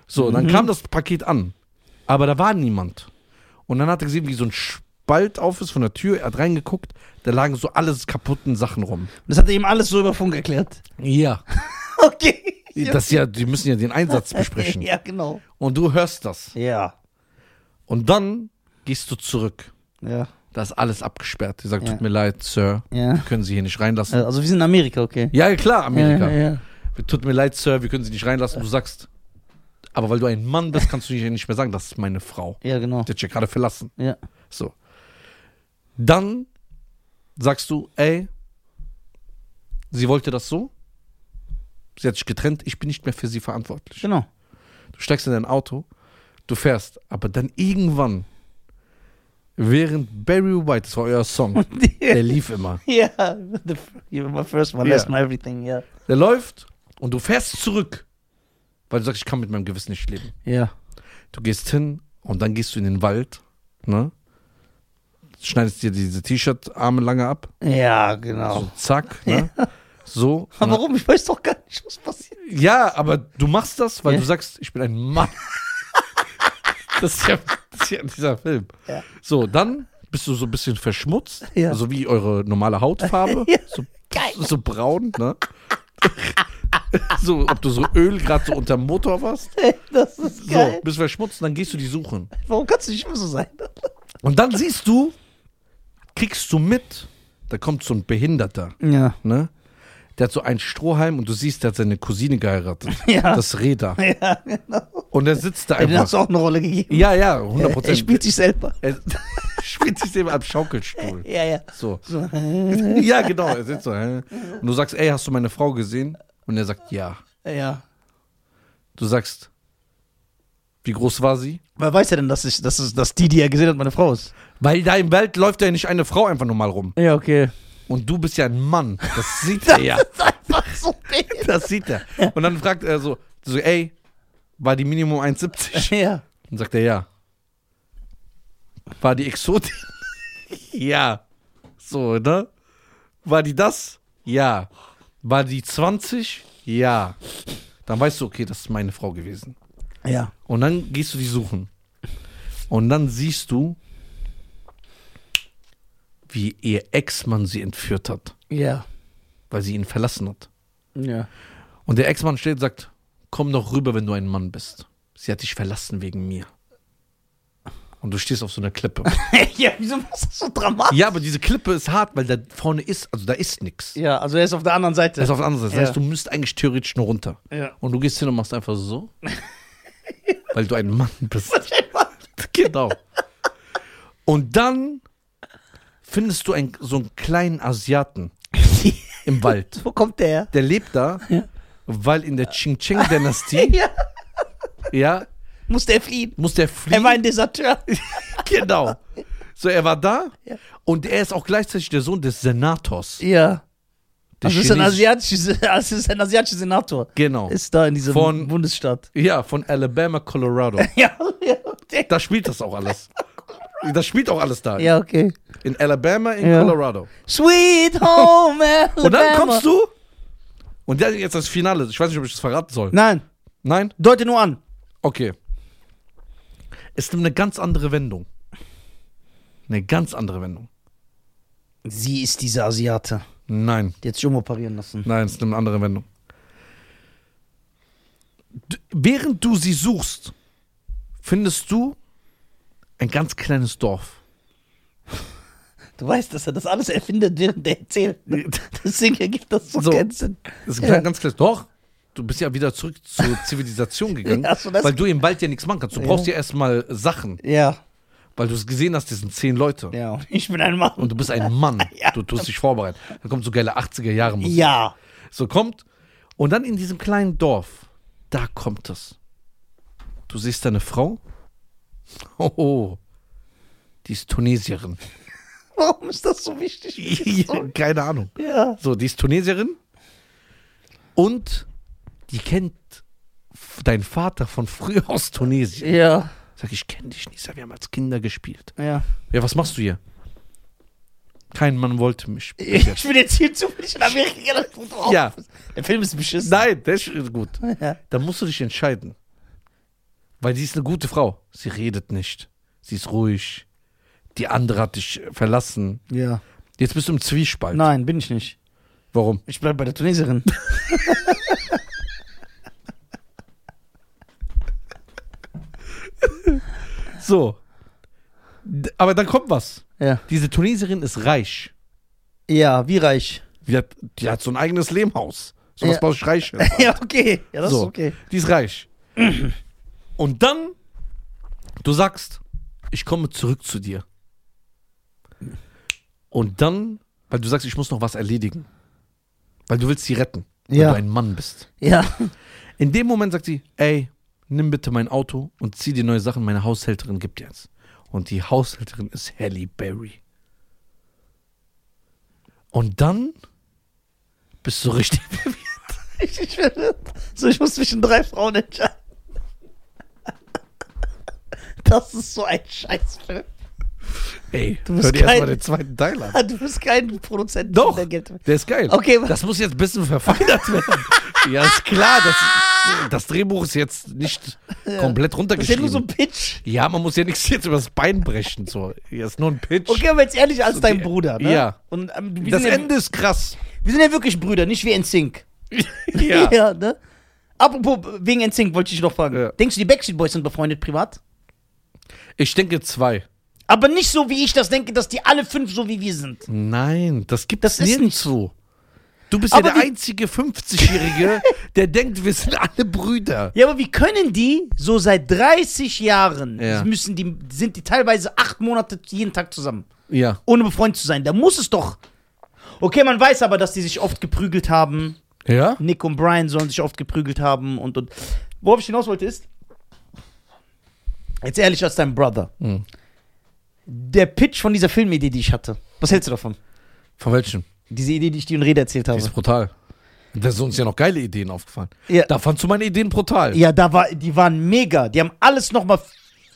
[SPEAKER 1] So, dann kam das Paket an. Aber da war niemand. Und dann hat er gesehen, wie so ein Spalt auf ist von der Tür. Er hat reingeguckt, da lagen so alles kaputten Sachen rum.
[SPEAKER 2] Das hat er ihm alles so über Funk erklärt.
[SPEAKER 1] Ja.
[SPEAKER 2] Okay.
[SPEAKER 1] Das ist ja, die müssen ja den Einsatz besprechen.
[SPEAKER 2] Ja, genau.
[SPEAKER 1] Und du hörst das.
[SPEAKER 2] Ja.
[SPEAKER 1] Und dann gehst du zurück.
[SPEAKER 2] Ja.
[SPEAKER 1] Da ist alles abgesperrt. Die sagt,
[SPEAKER 2] Ja.
[SPEAKER 1] tut mir leid, Sir.
[SPEAKER 2] Ja.
[SPEAKER 1] Wir können Sie hier nicht reinlassen.
[SPEAKER 2] Also wir sind in Amerika, okay.
[SPEAKER 1] Ja, klar, Amerika.
[SPEAKER 2] Ja, ja, ja.
[SPEAKER 1] Tut mir leid, Sir, wir können Sie nicht reinlassen. Du sagst, aber weil du ein Mann bist, kannst du hier nicht mehr sagen, das ist meine Frau.
[SPEAKER 2] ja genau.
[SPEAKER 1] Die hat dich ja gerade verlassen.
[SPEAKER 2] Ja.
[SPEAKER 1] So. Dann sagst du, ey, sie wollte das so. Sie hat sich getrennt. Ich bin nicht mehr für sie verantwortlich.
[SPEAKER 2] Genau.
[SPEAKER 1] Du steigst in dein Auto, du fährst. Aber dann irgendwann, während Barry White, das war euer Song, der lief immer.
[SPEAKER 2] Ja, the, f- you were my first one, last
[SPEAKER 1] Ja.
[SPEAKER 2] one, everything, ja.
[SPEAKER 1] Der läuft und du fährst zurück, weil du sagst, ich kann mit meinem Gewissen nicht leben.
[SPEAKER 2] Ja.
[SPEAKER 1] Du gehst hin und dann gehst du in den Wald, ne? Schneidest dir diese T-Shirt-Arme lange ab.
[SPEAKER 2] Ja,
[SPEAKER 1] So,
[SPEAKER 2] genau.
[SPEAKER 1] zack, ne? So. und
[SPEAKER 2] Aber
[SPEAKER 1] dann-
[SPEAKER 2] warum? Ich weiß doch gar nicht, was passiert.
[SPEAKER 1] Ja, aber du machst das, weil
[SPEAKER 2] Ja.
[SPEAKER 1] du sagst, ich bin ein Mann. das, ist ja, das ist ja dieser Film.
[SPEAKER 2] Ja.
[SPEAKER 1] So, dann bist du so ein bisschen verschmutzt,
[SPEAKER 2] Ja.
[SPEAKER 1] so wie eure normale Hautfarbe.
[SPEAKER 2] Ja.
[SPEAKER 1] So
[SPEAKER 2] Geil.
[SPEAKER 1] so braun, ne? so, ob du so Öl gerade so unterm Motor warst.
[SPEAKER 2] Ey, Das ist
[SPEAKER 1] So,
[SPEAKER 2] geil.
[SPEAKER 1] bist verschmutzt, dann gehst du die suchen.
[SPEAKER 2] Warum kannst du nicht immer so sein?
[SPEAKER 1] Und dann siehst du, kriegst du mit, da kommt so ein Behinderter,
[SPEAKER 2] Ja.
[SPEAKER 1] ne? Der hat so einen Strohhalm und du siehst, der hat seine Cousine geheiratet.
[SPEAKER 2] Ja. genau.
[SPEAKER 1] Das ist Reda. Und er sitzt da
[SPEAKER 2] Dem
[SPEAKER 1] einfach.
[SPEAKER 2] hast du auch eine Rolle gegeben.
[SPEAKER 1] Ja, ja, 100
[SPEAKER 2] Er
[SPEAKER 1] Prozent.
[SPEAKER 2] spielt sich selber.
[SPEAKER 1] Er- spielt sich selber am Schaukelstuhl.
[SPEAKER 2] Ja, ja.
[SPEAKER 1] So.
[SPEAKER 2] So.
[SPEAKER 1] Ja, genau. Er sitzt so. hä? Und du sagst, ey, hast du meine Frau gesehen? Und er sagt, ja.
[SPEAKER 2] Ja.
[SPEAKER 1] Du sagst, wie groß war sie?
[SPEAKER 2] Wer weiß ja denn, dass, ich, dass, es, dass die, die er gesehen hat, meine Frau ist?
[SPEAKER 1] Weil da im Welt läuft ja nicht eine Frau einfach normal rum.
[SPEAKER 2] Ja, okay.
[SPEAKER 1] Und du bist ja ein Mann. Das sieht er ja.
[SPEAKER 2] ist einfach so behindert.
[SPEAKER 1] Das sieht er. Und dann fragt er so, so ey, war die Minimum 1,70?
[SPEAKER 2] Ja.
[SPEAKER 1] Dann sagt er ja. War die Exotin? ja. So, ne? War die das? Ja. War die 20? Ja. Dann weißt du, okay, das ist meine Frau gewesen.
[SPEAKER 2] Ja.
[SPEAKER 1] Und dann gehst du die suchen. Und dann siehst du, wie ihr Ex-Mann sie entführt hat,
[SPEAKER 2] Ja.
[SPEAKER 1] weil sie ihn verlassen hat.
[SPEAKER 2] Ja.
[SPEAKER 1] Und der Ex-Mann steht und sagt, komm doch rüber, wenn du ein Mann bist. Sie hat dich verlassen wegen mir. Und du stehst auf so einer Klippe.
[SPEAKER 2] ja, wieso machst du das so dramatisch?
[SPEAKER 1] ja, aber diese Klippe ist hart, weil da vorne ist, also da ist nichts.
[SPEAKER 2] Ja, also er ist auf der anderen Seite.
[SPEAKER 1] Das ist auf der anderen Seite. Das
[SPEAKER 2] Ja.
[SPEAKER 1] heißt, du müsst eigentlich theoretisch nur runter.
[SPEAKER 2] ja.
[SPEAKER 1] Und du gehst hin und machst einfach so, weil du ein Mann bist.
[SPEAKER 2] Mann.
[SPEAKER 1] genau. Und dann findest du einen, so einen kleinen Asiaten im Wald.
[SPEAKER 2] Wo kommt der her?
[SPEAKER 1] Der lebt da,
[SPEAKER 2] Ja.
[SPEAKER 1] weil in der Ching-Cheng-Dynastie
[SPEAKER 2] Ja.
[SPEAKER 1] ja,
[SPEAKER 2] Muss der fliehen?
[SPEAKER 1] muss der
[SPEAKER 2] Er
[SPEAKER 1] fliehen.
[SPEAKER 2] war ein Deserteur.
[SPEAKER 1] genau. So, er war da
[SPEAKER 2] Ja.
[SPEAKER 1] und er ist auch gleichzeitig der Sohn des Senators.
[SPEAKER 2] Ja.
[SPEAKER 1] Des
[SPEAKER 2] Das ist, ein
[SPEAKER 1] Chinesen.
[SPEAKER 2] asiatischer, das ist ein asiatischer Senator.
[SPEAKER 1] Genau.
[SPEAKER 2] Ist da in diesem
[SPEAKER 1] Von-
[SPEAKER 2] Bundesstaat.
[SPEAKER 1] Ja, von Alabama, Colorado.
[SPEAKER 2] Ja, ja, der-
[SPEAKER 1] Da spielt das auch alles. Das spielt auch alles da.
[SPEAKER 2] ja, okay.
[SPEAKER 1] In Alabama, in
[SPEAKER 2] Ja.
[SPEAKER 1] Colorado.
[SPEAKER 2] Sweet Home Alabama.
[SPEAKER 1] Und dann kommst du. Und dann jetzt das Finale. Ich weiß nicht, ob ich das verraten soll.
[SPEAKER 2] Nein,
[SPEAKER 1] Nein?
[SPEAKER 2] deute nur an.
[SPEAKER 1] Okay. Es nimmt eine ganz andere Wendung. Eine ganz andere Wendung.
[SPEAKER 2] Sie ist dieser Asiate,
[SPEAKER 1] Nein.
[SPEAKER 2] der hat sich umoperieren lassen.
[SPEAKER 1] Nein, es nimmt eine andere Wendung. D während du sie suchst, findest du ein ganz kleines Dorf.
[SPEAKER 2] Du weißt, dass er das alles erfindet, während er erzählt. ne? Deswegen ergibt das so,
[SPEAKER 1] So.
[SPEAKER 2] keinen Sinn.
[SPEAKER 1] Das ist ein
[SPEAKER 2] Ja.
[SPEAKER 1] klein, ganz kleines Dorf. Du bist ja wieder zurück zur Zivilisation gegangen,
[SPEAKER 2] Ja, so das-
[SPEAKER 1] weil du im Wald ja nichts machen kannst. Du brauchst ja erstmal Sachen,
[SPEAKER 2] Ja,
[SPEAKER 1] weil du es gesehen hast, das sind zehn Leute.
[SPEAKER 2] ja. und Ich bin ein Mann.
[SPEAKER 1] Und du bist ein Mann.
[SPEAKER 2] Ja.
[SPEAKER 1] Du tust dich vorbereiten. Da kommt so geile 80er Jahre Musik.
[SPEAKER 2] ja.
[SPEAKER 1] So kommt. Und dann in diesem kleinen Dorf, da kommt es. Du siehst deine Frau. Oh, oh. die ist Tunesierin.
[SPEAKER 2] Warum ist das so wichtig?
[SPEAKER 1] Keine Ahnung.
[SPEAKER 2] ja.
[SPEAKER 1] So, die ist Tunesierin. Und die kennt f- deinen Vater von früher aus Tunesien.
[SPEAKER 2] Ja.
[SPEAKER 1] Sag ich, kenne dich nicht. Sag, wir haben als Kinder gespielt.
[SPEAKER 2] Ja.
[SPEAKER 1] Ja, was machst du hier? Kein Mann wollte mich. bis jetzt.
[SPEAKER 2] Ich bin jetzt hier zufällig in Amerika. das tut drauf.
[SPEAKER 1] Ja.
[SPEAKER 2] Der Film ist beschissen.
[SPEAKER 1] Nein, das ist gut.
[SPEAKER 2] Ja.
[SPEAKER 1] Dann musst du dich entscheiden. Weil sie ist eine gute Frau. Sie redet nicht. Sie ist ruhig. Die andere hat dich äh, verlassen.
[SPEAKER 2] ja.
[SPEAKER 1] Jetzt bist du im Zwiespalt.
[SPEAKER 2] Nein, bin ich nicht.
[SPEAKER 1] Warum?
[SPEAKER 2] Ich bleib bei der Tuneserin.
[SPEAKER 1] So. D- Aber dann kommt was.
[SPEAKER 2] ja.
[SPEAKER 1] Diese Tunesierin ist reich.
[SPEAKER 2] Ja, wie reich.
[SPEAKER 1] Die hat, die hat so ein eigenes Lehmhaus. So was
[SPEAKER 2] Ja.
[SPEAKER 1] baust du reich.
[SPEAKER 2] ja, okay. Ja, das
[SPEAKER 1] so.
[SPEAKER 2] ist okay.
[SPEAKER 1] Die ist reich. Und dann, du sagst, ich komme zurück zu dir. Und dann, weil du sagst, ich muss noch was erledigen. Weil du willst sie retten, weil
[SPEAKER 2] Ja.
[SPEAKER 1] du ein Mann bist.
[SPEAKER 2] Ja.
[SPEAKER 1] In dem Moment sagt sie, ey, nimm bitte mein Auto und zieh dir neue Sachen, meine Haushälterin gibt dir eins. Und die Haushälterin ist Halle Berry. Und dann bist du richtig
[SPEAKER 2] Ich, ich bin so, ich muss zwischen drei Frauen entscheiden. Das ist so ein Scheißfilm.
[SPEAKER 1] Ey,
[SPEAKER 2] Du bist
[SPEAKER 1] hör dir erstmal
[SPEAKER 2] kein-
[SPEAKER 1] den zweiten Teil an.
[SPEAKER 2] Du bist kein Produzent,
[SPEAKER 1] Doch,
[SPEAKER 2] der Geld.
[SPEAKER 1] der ist geil.
[SPEAKER 2] Okay, wa-
[SPEAKER 1] das muss jetzt ein bisschen verfeinert werden. ja, ist klar, das, das Drehbuch ist jetzt nicht komplett
[SPEAKER 2] Das ist ja
[SPEAKER 1] runtergeschrieben.
[SPEAKER 2] nur so ein Pitch.
[SPEAKER 1] ja, man muss ja nichts jetzt übers Bein brechen. So. Ja, ist nur ein Pitch.
[SPEAKER 2] Okay, aber jetzt ehrlich, als dein Bruder, ne?
[SPEAKER 1] Ja.
[SPEAKER 2] Und ähm, wir,
[SPEAKER 1] das
[SPEAKER 2] sind
[SPEAKER 1] Ende ist krass.
[SPEAKER 2] ja, wir sind ja wirklich Brüder, nicht wie NSYNC. ja, ne? Apropos, wegen NSYNC wollte ich dich noch fragen.
[SPEAKER 1] Ja.
[SPEAKER 2] Denkst du, die Backstreet Boys sind befreundet privat?
[SPEAKER 1] Ich denke zwei.
[SPEAKER 2] Aber nicht so, wie ich das denke, dass die alle fünf so wie wir sind.
[SPEAKER 1] Nein, das gibt
[SPEAKER 2] Das
[SPEAKER 1] es
[SPEAKER 2] ist
[SPEAKER 1] nirgendwo. Du bist
[SPEAKER 2] Aber
[SPEAKER 1] ja der
[SPEAKER 2] die-
[SPEAKER 1] einzige 50-Jährige, der denkt, wir sind alle Brüder.
[SPEAKER 2] Ja, aber wie können die so seit 30 Jahren,
[SPEAKER 1] Ja.
[SPEAKER 2] müssen die, sind die teilweise acht Monate jeden Tag zusammen,
[SPEAKER 1] Ja.
[SPEAKER 2] ohne befreundet zu sein? Da muss es doch. Okay, man weiß aber, dass die sich oft geprügelt haben.
[SPEAKER 1] Ja?
[SPEAKER 2] Nick und Brian sollen sich oft geprügelt haben und und. Worauf ich hinaus wollte ist, jetzt ehrlich als dein Brother,
[SPEAKER 1] Mhm.
[SPEAKER 2] der Pitch von dieser Filmidee, die ich hatte. Was hältst du davon?
[SPEAKER 1] Von welchem?
[SPEAKER 2] Diese Idee, die ich dir und Rede erzählt
[SPEAKER 1] Die
[SPEAKER 2] habe.
[SPEAKER 1] ist brutal. Da sind uns ja noch geile Ideen aufgefallen.
[SPEAKER 2] Ja.
[SPEAKER 1] Da fandst du meine Ideen brutal.
[SPEAKER 2] Ja, da war, die waren mega. Die haben alles nochmal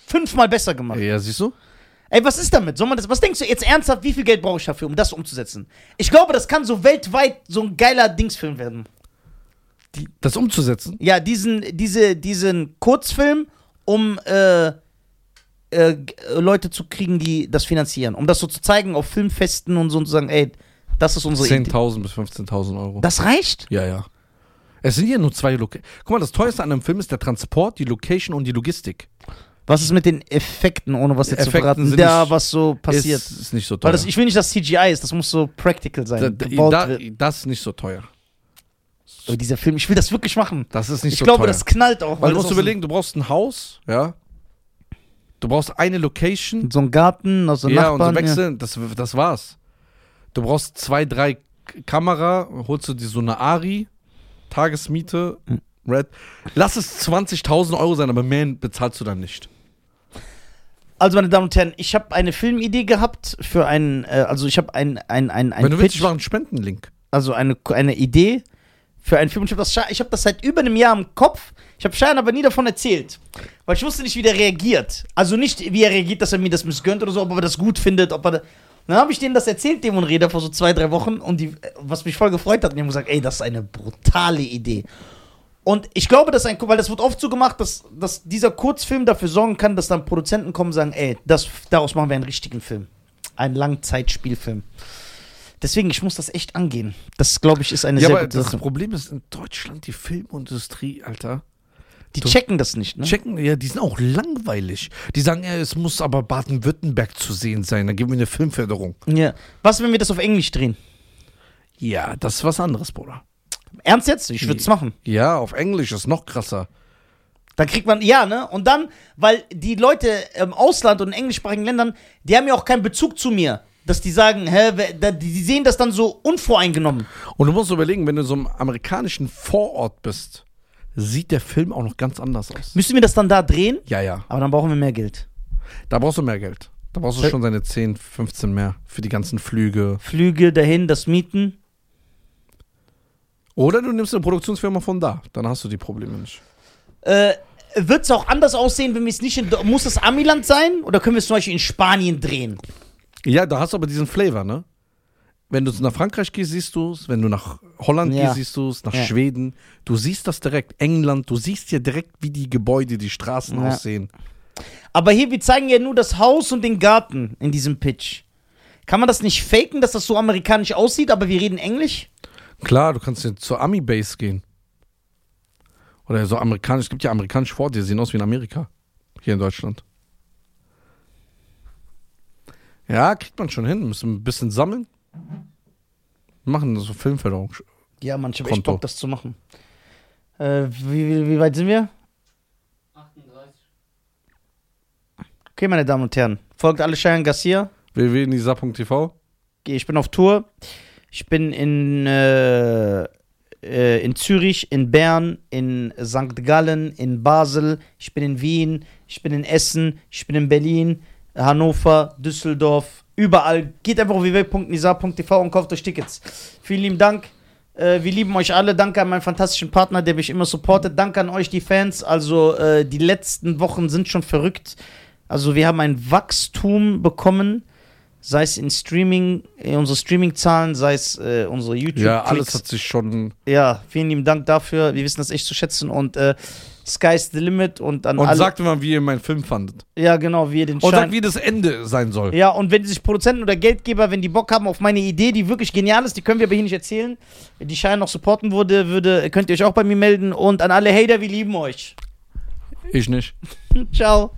[SPEAKER 2] fünfmal besser gemacht.
[SPEAKER 1] Ja, siehst du?
[SPEAKER 2] Ey, was ist damit? Soll man das, was denkst du jetzt ernsthaft, wie viel Geld brauche ich dafür, um das umzusetzen? Ich glaube, das kann so weltweit so ein geiler Dingsfilm werden.
[SPEAKER 1] Die, das umzusetzen.
[SPEAKER 2] Ja, diesen, diese, diesen Kurzfilm, um äh, äh, g- äh, Leute zu kriegen, die das finanzieren. Um das so zu zeigen auf Filmfesten und so und zu sagen, ey, das ist unsere Idee.
[SPEAKER 1] 10.000 bis 15.000 Euro.
[SPEAKER 2] Das reicht?
[SPEAKER 1] ja, ja. Es sind ja nur zwei Locations. Guck mal, das teuerste an einem Film ist der Transport, die Location und die Logistik.
[SPEAKER 2] Was ist mit den Effekten, ohne was jetzt
[SPEAKER 1] Effekten
[SPEAKER 2] zu verraten?
[SPEAKER 1] sind
[SPEAKER 2] Da,
[SPEAKER 1] nicht-
[SPEAKER 2] was so passiert.
[SPEAKER 1] Ist, ist nicht so teuer.
[SPEAKER 2] Weil das, ich will nicht, dass CGI ist, das muss so practical sein.
[SPEAKER 1] da,
[SPEAKER 2] gebaut
[SPEAKER 1] da,
[SPEAKER 2] wird.
[SPEAKER 1] das ist nicht so teuer.
[SPEAKER 2] Aber dieser Film, ich will das wirklich machen.
[SPEAKER 1] Das ist nicht
[SPEAKER 2] ich
[SPEAKER 1] so
[SPEAKER 2] glaube,
[SPEAKER 1] teuer.
[SPEAKER 2] das knallt auch.
[SPEAKER 1] Weil du
[SPEAKER 2] das
[SPEAKER 1] musst
[SPEAKER 2] auch so-
[SPEAKER 1] überlegen, du brauchst ein Haus, ja. Du brauchst eine Location,
[SPEAKER 2] So ein Garten, also
[SPEAKER 1] ja,
[SPEAKER 2] Nachbarn.
[SPEAKER 1] und so wechseln, das, das war's. Du brauchst zwei, drei K- Kamera, holst du dir so eine Ari, Tagesmiete, Red. Lass es 20.000 Euro sein, aber mehr bezahlst du dann nicht.
[SPEAKER 2] Ja. Also, meine Damen und Herren, ich habe eine Filmidee gehabt für einen, äh, also ich habe ein, ein, ein, ein
[SPEAKER 1] Wenn du willst,
[SPEAKER 2] Pitch,
[SPEAKER 1] ich mache einen Spendenlink.
[SPEAKER 2] also eine, eine Idee für einen Film. Und Ich habe das, scha- ich hab das seit über einem Jahr im Kopf. Ich habe Schein aber nie davon erzählt, weil ich wusste nicht, wie der reagiert. Also nicht, wie er reagiert, dass er mir das missgönnt oder so, ob er das gut findet, ob er. da- Und Dann habe ich denen das erzählt, dem und Reda, vor so zwei, drei Wochen. Und die, was mich voll gefreut hat, und die haben gesagt, ey, das ist eine brutale Idee. Und ich glaube, dass ein, weil das wird oft so gemacht, dass, dass dieser Kurzfilm dafür sorgen kann, dass dann Produzenten kommen und sagen, ey, das, daraus machen wir einen richtigen Film. Einen Langzeitspielfilm. Deswegen, ich muss das echt angehen. Das, glaube ich, ist eine
[SPEAKER 1] Ja,
[SPEAKER 2] sehr
[SPEAKER 1] aber
[SPEAKER 2] gute
[SPEAKER 1] das
[SPEAKER 2] Sache.
[SPEAKER 1] Problem ist, in Deutschland, die Filmindustrie, Alter,
[SPEAKER 2] Die
[SPEAKER 1] du-
[SPEAKER 2] checken das nicht, ne?
[SPEAKER 1] checken, ja, die sind auch langweilig. Die sagen, ja, es muss aber Baden-Württemberg zu sehen sein, dann geben wir eine Filmförderung.
[SPEAKER 2] Ja. Was, wenn wir das auf Englisch drehen?
[SPEAKER 1] Ja, das ist was anderes, Bruder.
[SPEAKER 2] Ernst jetzt? Ich würde es machen.
[SPEAKER 1] Ja, auf Englisch ist noch krasser.
[SPEAKER 2] Dann kriegt man, ja, ne? Und dann, weil die Leute im Ausland und in englischsprachigen Ländern, die haben ja auch keinen Bezug zu mir. Dass die sagen, hä, wer- da- die die sehen das dann so unvoreingenommen.
[SPEAKER 1] Und du musst überlegen, wenn du in so einem amerikanischen Vorort bist, sieht der Film auch noch ganz anders aus.
[SPEAKER 2] Müssen wir das dann da drehen?
[SPEAKER 1] Ja, ja.
[SPEAKER 2] Aber dann brauchen wir mehr Geld.
[SPEAKER 1] Da brauchst du mehr Geld. Da brauchst du
[SPEAKER 2] Sel-
[SPEAKER 1] schon seine 10, 15 mehr für die ganzen Flüge.
[SPEAKER 2] Flüge dahin, das Mieten.
[SPEAKER 1] Oder du nimmst eine Produktionsfirma von da. Dann hast du die Probleme nicht.
[SPEAKER 2] Äh, Wird es auch anders aussehen, wenn wir es nicht in. Muss es Amiland sein? Oder können wir es zum Beispiel in Spanien drehen?
[SPEAKER 1] Ja, da hast du aber diesen Flavor, ne? Wenn du nach Frankreich gehst, siehst du es. Wenn du nach Holland
[SPEAKER 2] Ja.
[SPEAKER 1] gehst, siehst du es. Nach
[SPEAKER 2] Ja.
[SPEAKER 1] Schweden. Du siehst das direkt. England. Du siehst ja direkt, wie die Gebäude, die Straßen
[SPEAKER 2] Ja.
[SPEAKER 1] aussehen.
[SPEAKER 2] Aber hier, wir zeigen ja nur das Haus und den Garten in diesem Pitch. Kann man das nicht faken, dass das so amerikanisch aussieht, aber wir reden Englisch?
[SPEAKER 1] Klar, du kannst jetzt zur Ami-Base gehen. Oder so amerikanisch. Es gibt ja amerikanische Vororte, die sehen aus wie in Amerika. Hier in Deutschland. Ja, kriegt man schon hin. Müssen ein bisschen sammeln. Wir machen so Filmförderung.
[SPEAKER 2] Ja, man, ich hab echt
[SPEAKER 1] Konto.
[SPEAKER 2] Bock, das zu machen. Äh, wie, wie, wie weit sind wir?
[SPEAKER 3] 38.
[SPEAKER 2] Okay, meine Damen und Herren. Folgt alle Cheyenne Garcia.
[SPEAKER 1] www.nisa.tv
[SPEAKER 2] Ich bin auf Tour. Ich bin in, äh, äh, in Zürich, in Bern, in St. Gallen, in Basel. Ich bin in Wien. Ich bin in Essen. Ich bin in Berlin, Hannover, Düsseldorf. Überall. Geht einfach auf www.nisa.tv und kauft euch Tickets. Vielen lieben Dank. Äh, wir lieben euch alle. Danke an meinen fantastischen Partner, der mich immer supportet. Danke an euch, die Fans. Also, äh, die letzten Wochen sind schon verrückt. Also, wir haben ein Wachstum bekommen sei es in Streaming, äh, unsere Streaming-Zahlen, sei es äh, unsere youtube
[SPEAKER 1] Ja, alles
[SPEAKER 2] Klicks.
[SPEAKER 1] hat sich schon.
[SPEAKER 2] Ja, vielen lieben Dank dafür. Wir wissen das echt zu schätzen und äh, sky's the limit und an
[SPEAKER 1] Und
[SPEAKER 2] alle.
[SPEAKER 1] sagt mir mal, wie ihr meinen Film fandet.
[SPEAKER 2] ja, genau, wie ihr den
[SPEAKER 1] Und sagt,
[SPEAKER 2] Schein.
[SPEAKER 1] wie das Ende sein soll.
[SPEAKER 2] ja, und wenn sich Produzenten oder Geldgeber, wenn die Bock haben auf meine Idee, die wirklich genial ist, die können wir aber hier nicht erzählen, die Schein noch supporten wurde, würde, könnt ihr euch auch bei mir melden. Und an alle Hater, wir lieben euch.
[SPEAKER 1] Ich nicht.
[SPEAKER 2] Ciao.